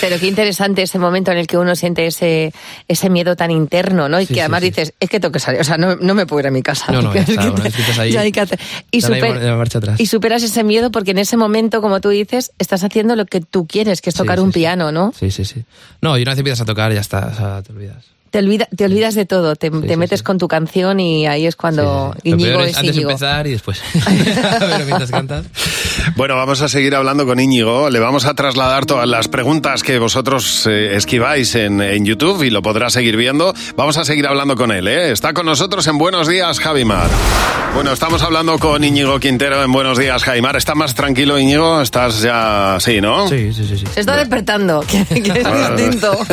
Speaker 4: Pero qué interesante ese momento en el que uno siente ese, ese miedo tan interno, ¿no? Y que
Speaker 10: Sí, sí,
Speaker 4: además dices, es que tengo que salir, o sea, no, no me puedo ir a mi casa.
Speaker 10: No, no, ya
Speaker 4: Es
Speaker 10: está,
Speaker 4: que
Speaker 10: bueno, es que estás ahí.
Speaker 4: ya hay que hacer- Y,
Speaker 10: Dale ahí
Speaker 4: super-
Speaker 10: mar- marcha atrás.
Speaker 4: y superas ese miedo porque en ese momento, como tú dices, estás haciendo lo que tú quieres, que es tocar un piano, ¿no?
Speaker 10: Sí, sí, sí. No, y una vez empiezas a tocar ya está, o sea, te olvidas.
Speaker 4: Te, olvida- te olvidas de todo, te, te metes con tu canción y ahí es cuando
Speaker 10: Lo
Speaker 4: Íñigo
Speaker 10: peor es
Speaker 4: es
Speaker 10: antes de
Speaker 4: Íñigo.
Speaker 10: empezar y después. pero mientras cantas...
Speaker 3: Bueno, vamos a seguir hablando con Íñigo. Le vamos a trasladar todas las preguntas que vosotros eh, esquiváis en, en YouTube y lo podrá seguir viendo. Vamos a seguir hablando con él. ¿eh? Está con nosotros en Buenos Días, Javimar. Bueno, estamos hablando con Íñigo Quintero en Buenos Días, Javimar. ¿Está más tranquilo, Íñigo? ¿Estás ya...? Sí, ¿no?
Speaker 10: Sí, sí, sí.
Speaker 4: Se está despertando, que, que es
Speaker 3: Bueno.
Speaker 4: distinto.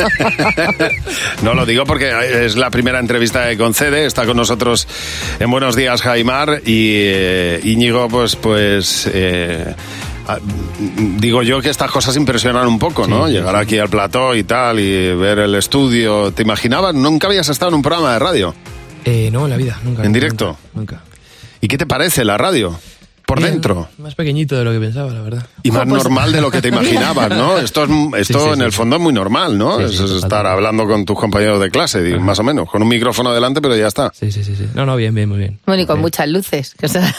Speaker 3: No lo digo porque es la primera entrevista que concede. Está con nosotros en Buenos Días, Jaimar. Y eh, Íñigo, pues, pues. eh, a- Digo yo que estas cosas impresionan un poco, ¿no? Llegar aquí al plató y tal, y ver el estudio. ¿Te imaginabas? Nunca habías estado en un programa de radio,
Speaker 10: Eh, no, en la vida, nunca.
Speaker 3: en directo.
Speaker 10: Nunca.
Speaker 3: ¿Y qué te parece la radio? Por
Speaker 10: Bien,
Speaker 3: dentro.
Speaker 10: Más pequeñito de lo que pensaba, la verdad.
Speaker 3: Y más
Speaker 10: Jo, pues-
Speaker 3: normal de lo que te imaginabas, ¿no? Esto, es, esto
Speaker 10: Sí, sí,
Speaker 3: en
Speaker 10: sí,
Speaker 3: el
Speaker 10: sí.
Speaker 3: fondo es muy normal, ¿no?
Speaker 10: Sí, sí,
Speaker 3: Es- es estar
Speaker 10: totalmente.
Speaker 3: hablando con tus compañeros de clase, digo, más o menos, con un micrófono delante, pero ya está.
Speaker 10: Sí, sí, sí. No, no, bien, bien, muy bien.
Speaker 4: Bueno, y con muchas luces. que, o sea,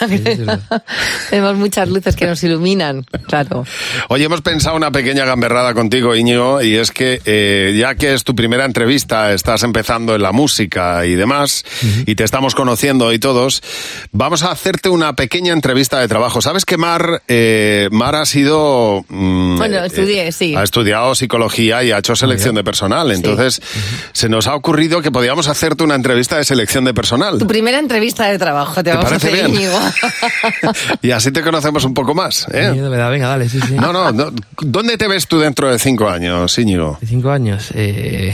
Speaker 4: tenemos muchas luces que nos iluminan, claro.
Speaker 3: Oye, hemos pensado una pequeña gamberrada contigo, Íñigo, y es que eh, ya que es tu primera entrevista, estás empezando en la música y demás, y te estamos conociendo hoy todos, vamos a hacerte una pequeña entrevista de trabajo. ¿Sabes que Mar, eh, Mar ha sido... mm,
Speaker 4: Bueno,
Speaker 3: eh,
Speaker 4: estudié, sí.
Speaker 3: Ha estudiado psicología y ha hecho selección de personal. Entonces, se nos ha ocurrido que podíamos hacerte una entrevista de selección de personal.
Speaker 4: Tu primera entrevista de trabajo, te,
Speaker 3: ¿Te
Speaker 4: vamos a
Speaker 3: parece
Speaker 4: hacer,
Speaker 3: bien?
Speaker 4: Íñigo.
Speaker 3: Y así te conocemos un poco más. ¿eh?
Speaker 10: Miedo me da, venga, dale, sí, sí.
Speaker 3: No, no, no. ¿Dónde te ves tú dentro de cinco años, Íñigo?
Speaker 10: De cinco años. eh,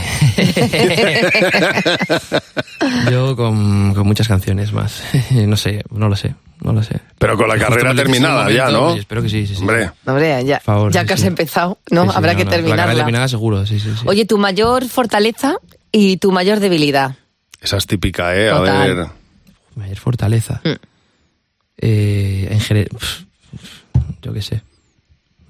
Speaker 10: Yo con, con muchas canciones más. no sé, no lo sé, no lo sé.
Speaker 3: Pero con la
Speaker 10: Justo
Speaker 3: carrera
Speaker 10: me lo dices en el
Speaker 3: terminada ya,
Speaker 10: momento,
Speaker 3: ¿no?
Speaker 10: pues espero que sí, sí, sí.
Speaker 3: Hombre.
Speaker 4: Hombre, ya,
Speaker 10: favor,
Speaker 4: ya
Speaker 10: sí,
Speaker 4: que has
Speaker 10: sí.
Speaker 4: empezado, ¿no?
Speaker 10: Sí, sí,
Speaker 4: Habrá que
Speaker 10: no, no, La carrera
Speaker 4: terminarla.
Speaker 10: terminada seguro, sí, sí, sí.
Speaker 4: Oye, tu mayor fortaleza y tu mayor debilidad.
Speaker 3: Esa es típica, ¿eh? A
Speaker 4: Total.
Speaker 3: ver.
Speaker 10: Mayor fortaleza.
Speaker 4: Mm.
Speaker 10: Eh, en general... Yo qué sé.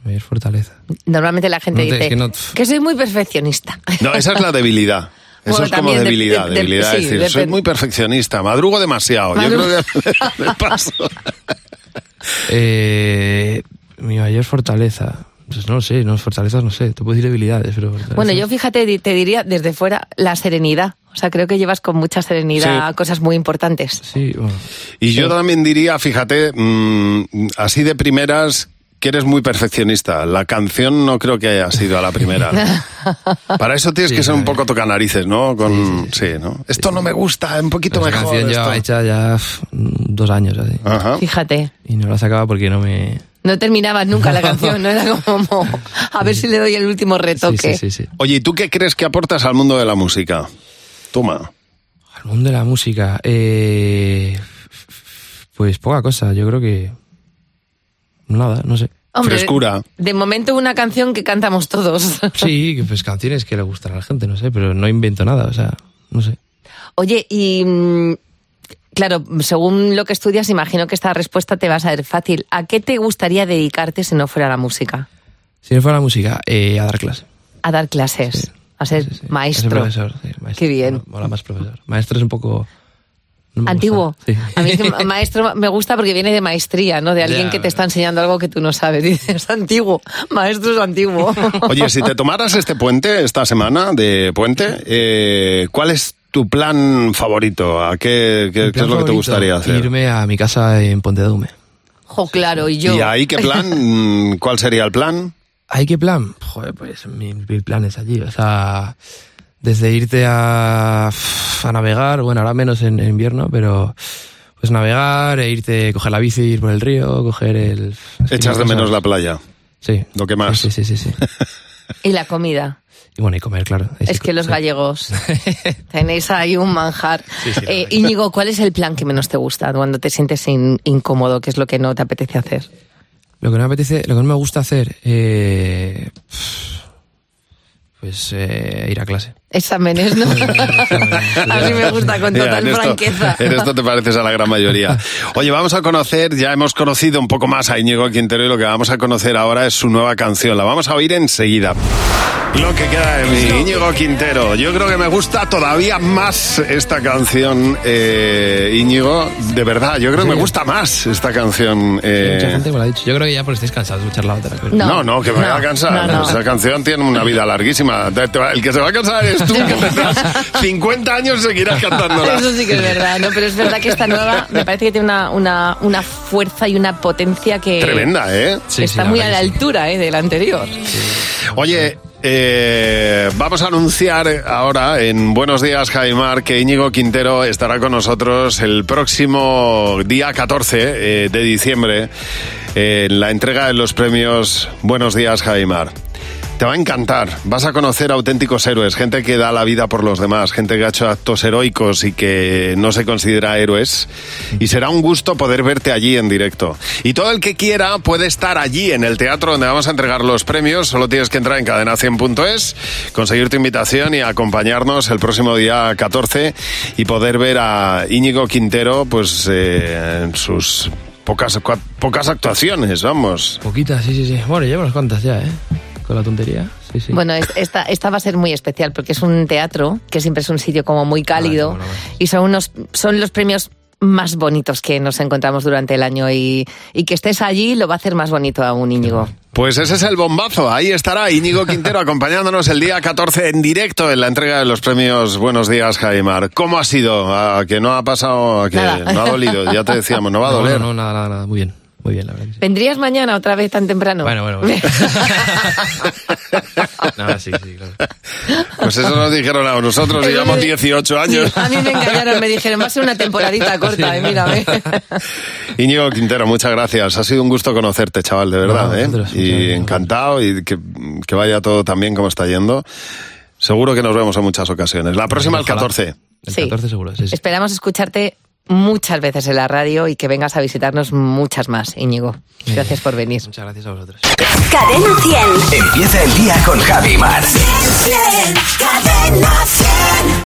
Speaker 10: Mayor fortaleza.
Speaker 4: Normalmente la gente
Speaker 10: No te-
Speaker 4: dice
Speaker 10: es que
Speaker 4: que,
Speaker 10: no-
Speaker 4: soy muy perfeccionista.
Speaker 3: No, esa es la debilidad. Eso
Speaker 4: Bueno,
Speaker 3: es como
Speaker 4: también de-
Speaker 3: debilidad,
Speaker 4: de- de-
Speaker 3: debilidad.
Speaker 4: sí,
Speaker 3: es decir, soy
Speaker 4: depende.
Speaker 3: muy perfeccionista, madrugo demasiado.
Speaker 4: Madrugo.
Speaker 3: Yo creo que me paso.
Speaker 10: Eh, mi mayor fortaleza. Pues no lo sé, no, fortalezas no sé, te puedo decir debilidades, pero...
Speaker 4: Bueno, yo fíjate, di- te diría desde fuera la serenidad. O sea, creo que llevas con mucha serenidad cosas muy importantes.
Speaker 10: Sí, bueno.
Speaker 3: Y yo también diría, fíjate, mm, así de primeras, que eres muy perfeccionista. La canción no creo que haya sido a la primera. Para eso tienes que ser un poco tocanarices, ¿no? Con, sí, ¿no? Esto no me gusta, un poquito
Speaker 10: Esa
Speaker 3: mejor.
Speaker 10: canción
Speaker 3: esto.
Speaker 10: lleva hecha ya pf, dos años así.
Speaker 4: Fíjate.
Speaker 10: Y no la sacaba porque no me...
Speaker 4: No terminabas nunca la canción, no era como a ver si le doy el último retoque.
Speaker 3: Oye, ¿y tú qué crees que aportas al mundo de la música? Toma.
Speaker 10: Al mundo de la música, eh, pues poca cosa, yo creo que... Nada, no sé.
Speaker 4: Hombre, De momento una canción que cantamos todos.
Speaker 10: Sí, que, pues canciones que le gustan a la gente, no sé, pero no invento nada, o sea, no sé.
Speaker 4: Oye, y mm, claro, según lo que estudias, imagino que esta respuesta te va a ser fácil. ¿A qué te gustaría dedicarte si no fuera la música?
Speaker 10: Si no fuera la música, eh, a dar clase.
Speaker 4: A dar clases, a ser
Speaker 10: A ser
Speaker 4: maestro.
Speaker 10: profesor, sí, maestro.
Speaker 4: Qué bien.
Speaker 10: Mola más profesor. Maestro es un poco...
Speaker 4: Antiguo.
Speaker 10: Sí.
Speaker 4: A mí es que ma- maestro me gusta porque viene de maestría, ¿no? De alguien
Speaker 10: Ya,
Speaker 4: que te está enseñando algo que tú no sabes. Dices, antiguo, maestro es antiguo.
Speaker 3: Oye, si te tomaras este puente, esta semana de puente, eh, ¿cuál es tu plan favorito? ¿A qué, qué-
Speaker 10: Mi
Speaker 3: qué es
Speaker 10: plan
Speaker 3: lo que te
Speaker 10: favorito,
Speaker 3: gustaría hacer?
Speaker 10: Irme a mi casa en Pontedume.
Speaker 4: Jo, claro, y yo.
Speaker 3: ¿Y ahí qué plan? Mm, ¿Cuál sería el plan?
Speaker 10: ¿Hay qué plan? Joder, pues mil, mil planes allí. O sea, desde irte a, a navegar, bueno, ahora menos en, en invierno, pero pues navegar e irte, coger la bici, ir por el río, coger el... es que
Speaker 3: ¿Echas de
Speaker 10: cosas.
Speaker 3: menos la playa?
Speaker 10: Sí.
Speaker 3: ¿Lo que más?
Speaker 10: Sí, sí, sí. sí.
Speaker 4: Y la comida.
Speaker 10: y bueno, y comer, claro. Ahí sí
Speaker 4: Es que los gallegos tenéis ahí un manjar.
Speaker 10: Sí, sí, la
Speaker 4: Eh, Íñigo, ¿cuál es el plan que menos te gusta cuando te sientes in- incómodo? ¿Qué es lo que no te apetece hacer?
Speaker 10: Lo que no me apetece, lo que no me gusta hacer, eh, pues eh, ir a clase.
Speaker 4: Exámenes, ¿no? a mí me gusta Ah, con
Speaker 3: Ya,
Speaker 4: total
Speaker 3: en esto-
Speaker 4: franqueza.
Speaker 3: En esto te pareces a la gran mayoría. Oye, vamos a conocer, ya hemos conocido un poco más a Íñigo Quintero y lo que vamos a conocer ahora es su nueva canción. La vamos a oír enseguida. Lo que queda de mí, Íñigo Quintero. Yo creo que me gusta todavía más esta canción, eh, Íñigo. De verdad, yo creo que me gusta más esta canción. eh.
Speaker 10: Mucha gente me lo ha dicho. Yo creo que ya porque estáis cansados de escuchar la otra. pero-
Speaker 3: No, no, que me voy a cansar. Esa canción tiene una vida larguísima. Te- te va- El que se va a cansar es tú, que tendrás 50 años y seguirás cantándola.
Speaker 4: Eso sí que es verdad, ¿no? Pero es verdad que esta nueva me parece que tiene una, una, una fuerza y una potencia que...
Speaker 3: Tremenda, ¿eh?
Speaker 4: que está muy a la altura ¿eh? de la anterior.
Speaker 3: Oye, eh, vamos a anunciar ahora en Buenos Días, Jaimar, que Íñigo Quintero estará con nosotros el próximo día 14 eh, de diciembre eh, en la entrega de los premios Buenos Días, Jaimar. Te va a encantar, vas a conocer auténticos héroes, gente que da la vida por los demás, gente que ha hecho actos heroicos y que eh, no se considera héroes. Y será un gusto poder verte allí en directo. Y todo el que quiera puede estar allí en el teatro donde vamos a entregar los premios. Solo tienes que entrar en cadena100.es, conseguir tu invitación y acompañarnos el próximo día 14 y poder ver a Íñigo Quintero pues eh, en sus pocas, cua- pocas actuaciones, vamos.
Speaker 10: Poquitas, sí, sí, sí. Bueno, llevo unas cuantas ya, ¿eh? Con la tontería. Sí, sí.
Speaker 4: Bueno, es- esta, esta va a ser muy especial porque es un teatro, que siempre es un sitio como muy cálido,
Speaker 10: Ah, eh.
Speaker 4: y son, unos, son los premios más bonitos que nos encontramos durante el año y, y que estés allí lo va a hacer más bonito aún, Íñigo.
Speaker 3: Pues ese es el bombazo. Ahí estará Íñigo Quintero acompañándonos el día 14 en directo en la entrega de los premios Buenos Días, Jaimar. ¿Cómo ha sido? ¿A que no ha pasado? ¿A que
Speaker 4: Nada.
Speaker 3: no ha dolido? Ya te decíamos, no va a
Speaker 10: No,
Speaker 3: doler.
Speaker 10: No, no, nada, nada, nada. Muy bien, muy bien, la verdad. que sí.
Speaker 4: ¿Vendrías mañana otra vez tan temprano?
Speaker 10: Bueno, bueno, bueno. No, sí, sí, claro.
Speaker 3: Pues eso nos dijeron a nosotros, llevamos 18 años.
Speaker 4: A mí me engañaron, me dijeron, va a ser una temporadita corta, eh, mírame.
Speaker 3: Íñigo Quintero, muchas gracias. Ha sido un gusto conocerte, chaval, de verdad. ¿eh? y encantado y que, que vaya todo tan bien como está yendo. Seguro que nos vemos en muchas ocasiones. La próxima, el
Speaker 10: Ojalá.
Speaker 3: 14.
Speaker 4: Sí. 14
Speaker 10: seguro,
Speaker 4: Esperamos escucharte muchas veces en la radio y que vengas a visitarnos muchas más, Íñigo. Gracias por venir. Muchas
Speaker 10: gracias a vosotros.
Speaker 2: Cadena 100.
Speaker 11: Empieza el día con Javi Mar.
Speaker 2: Cadena 100.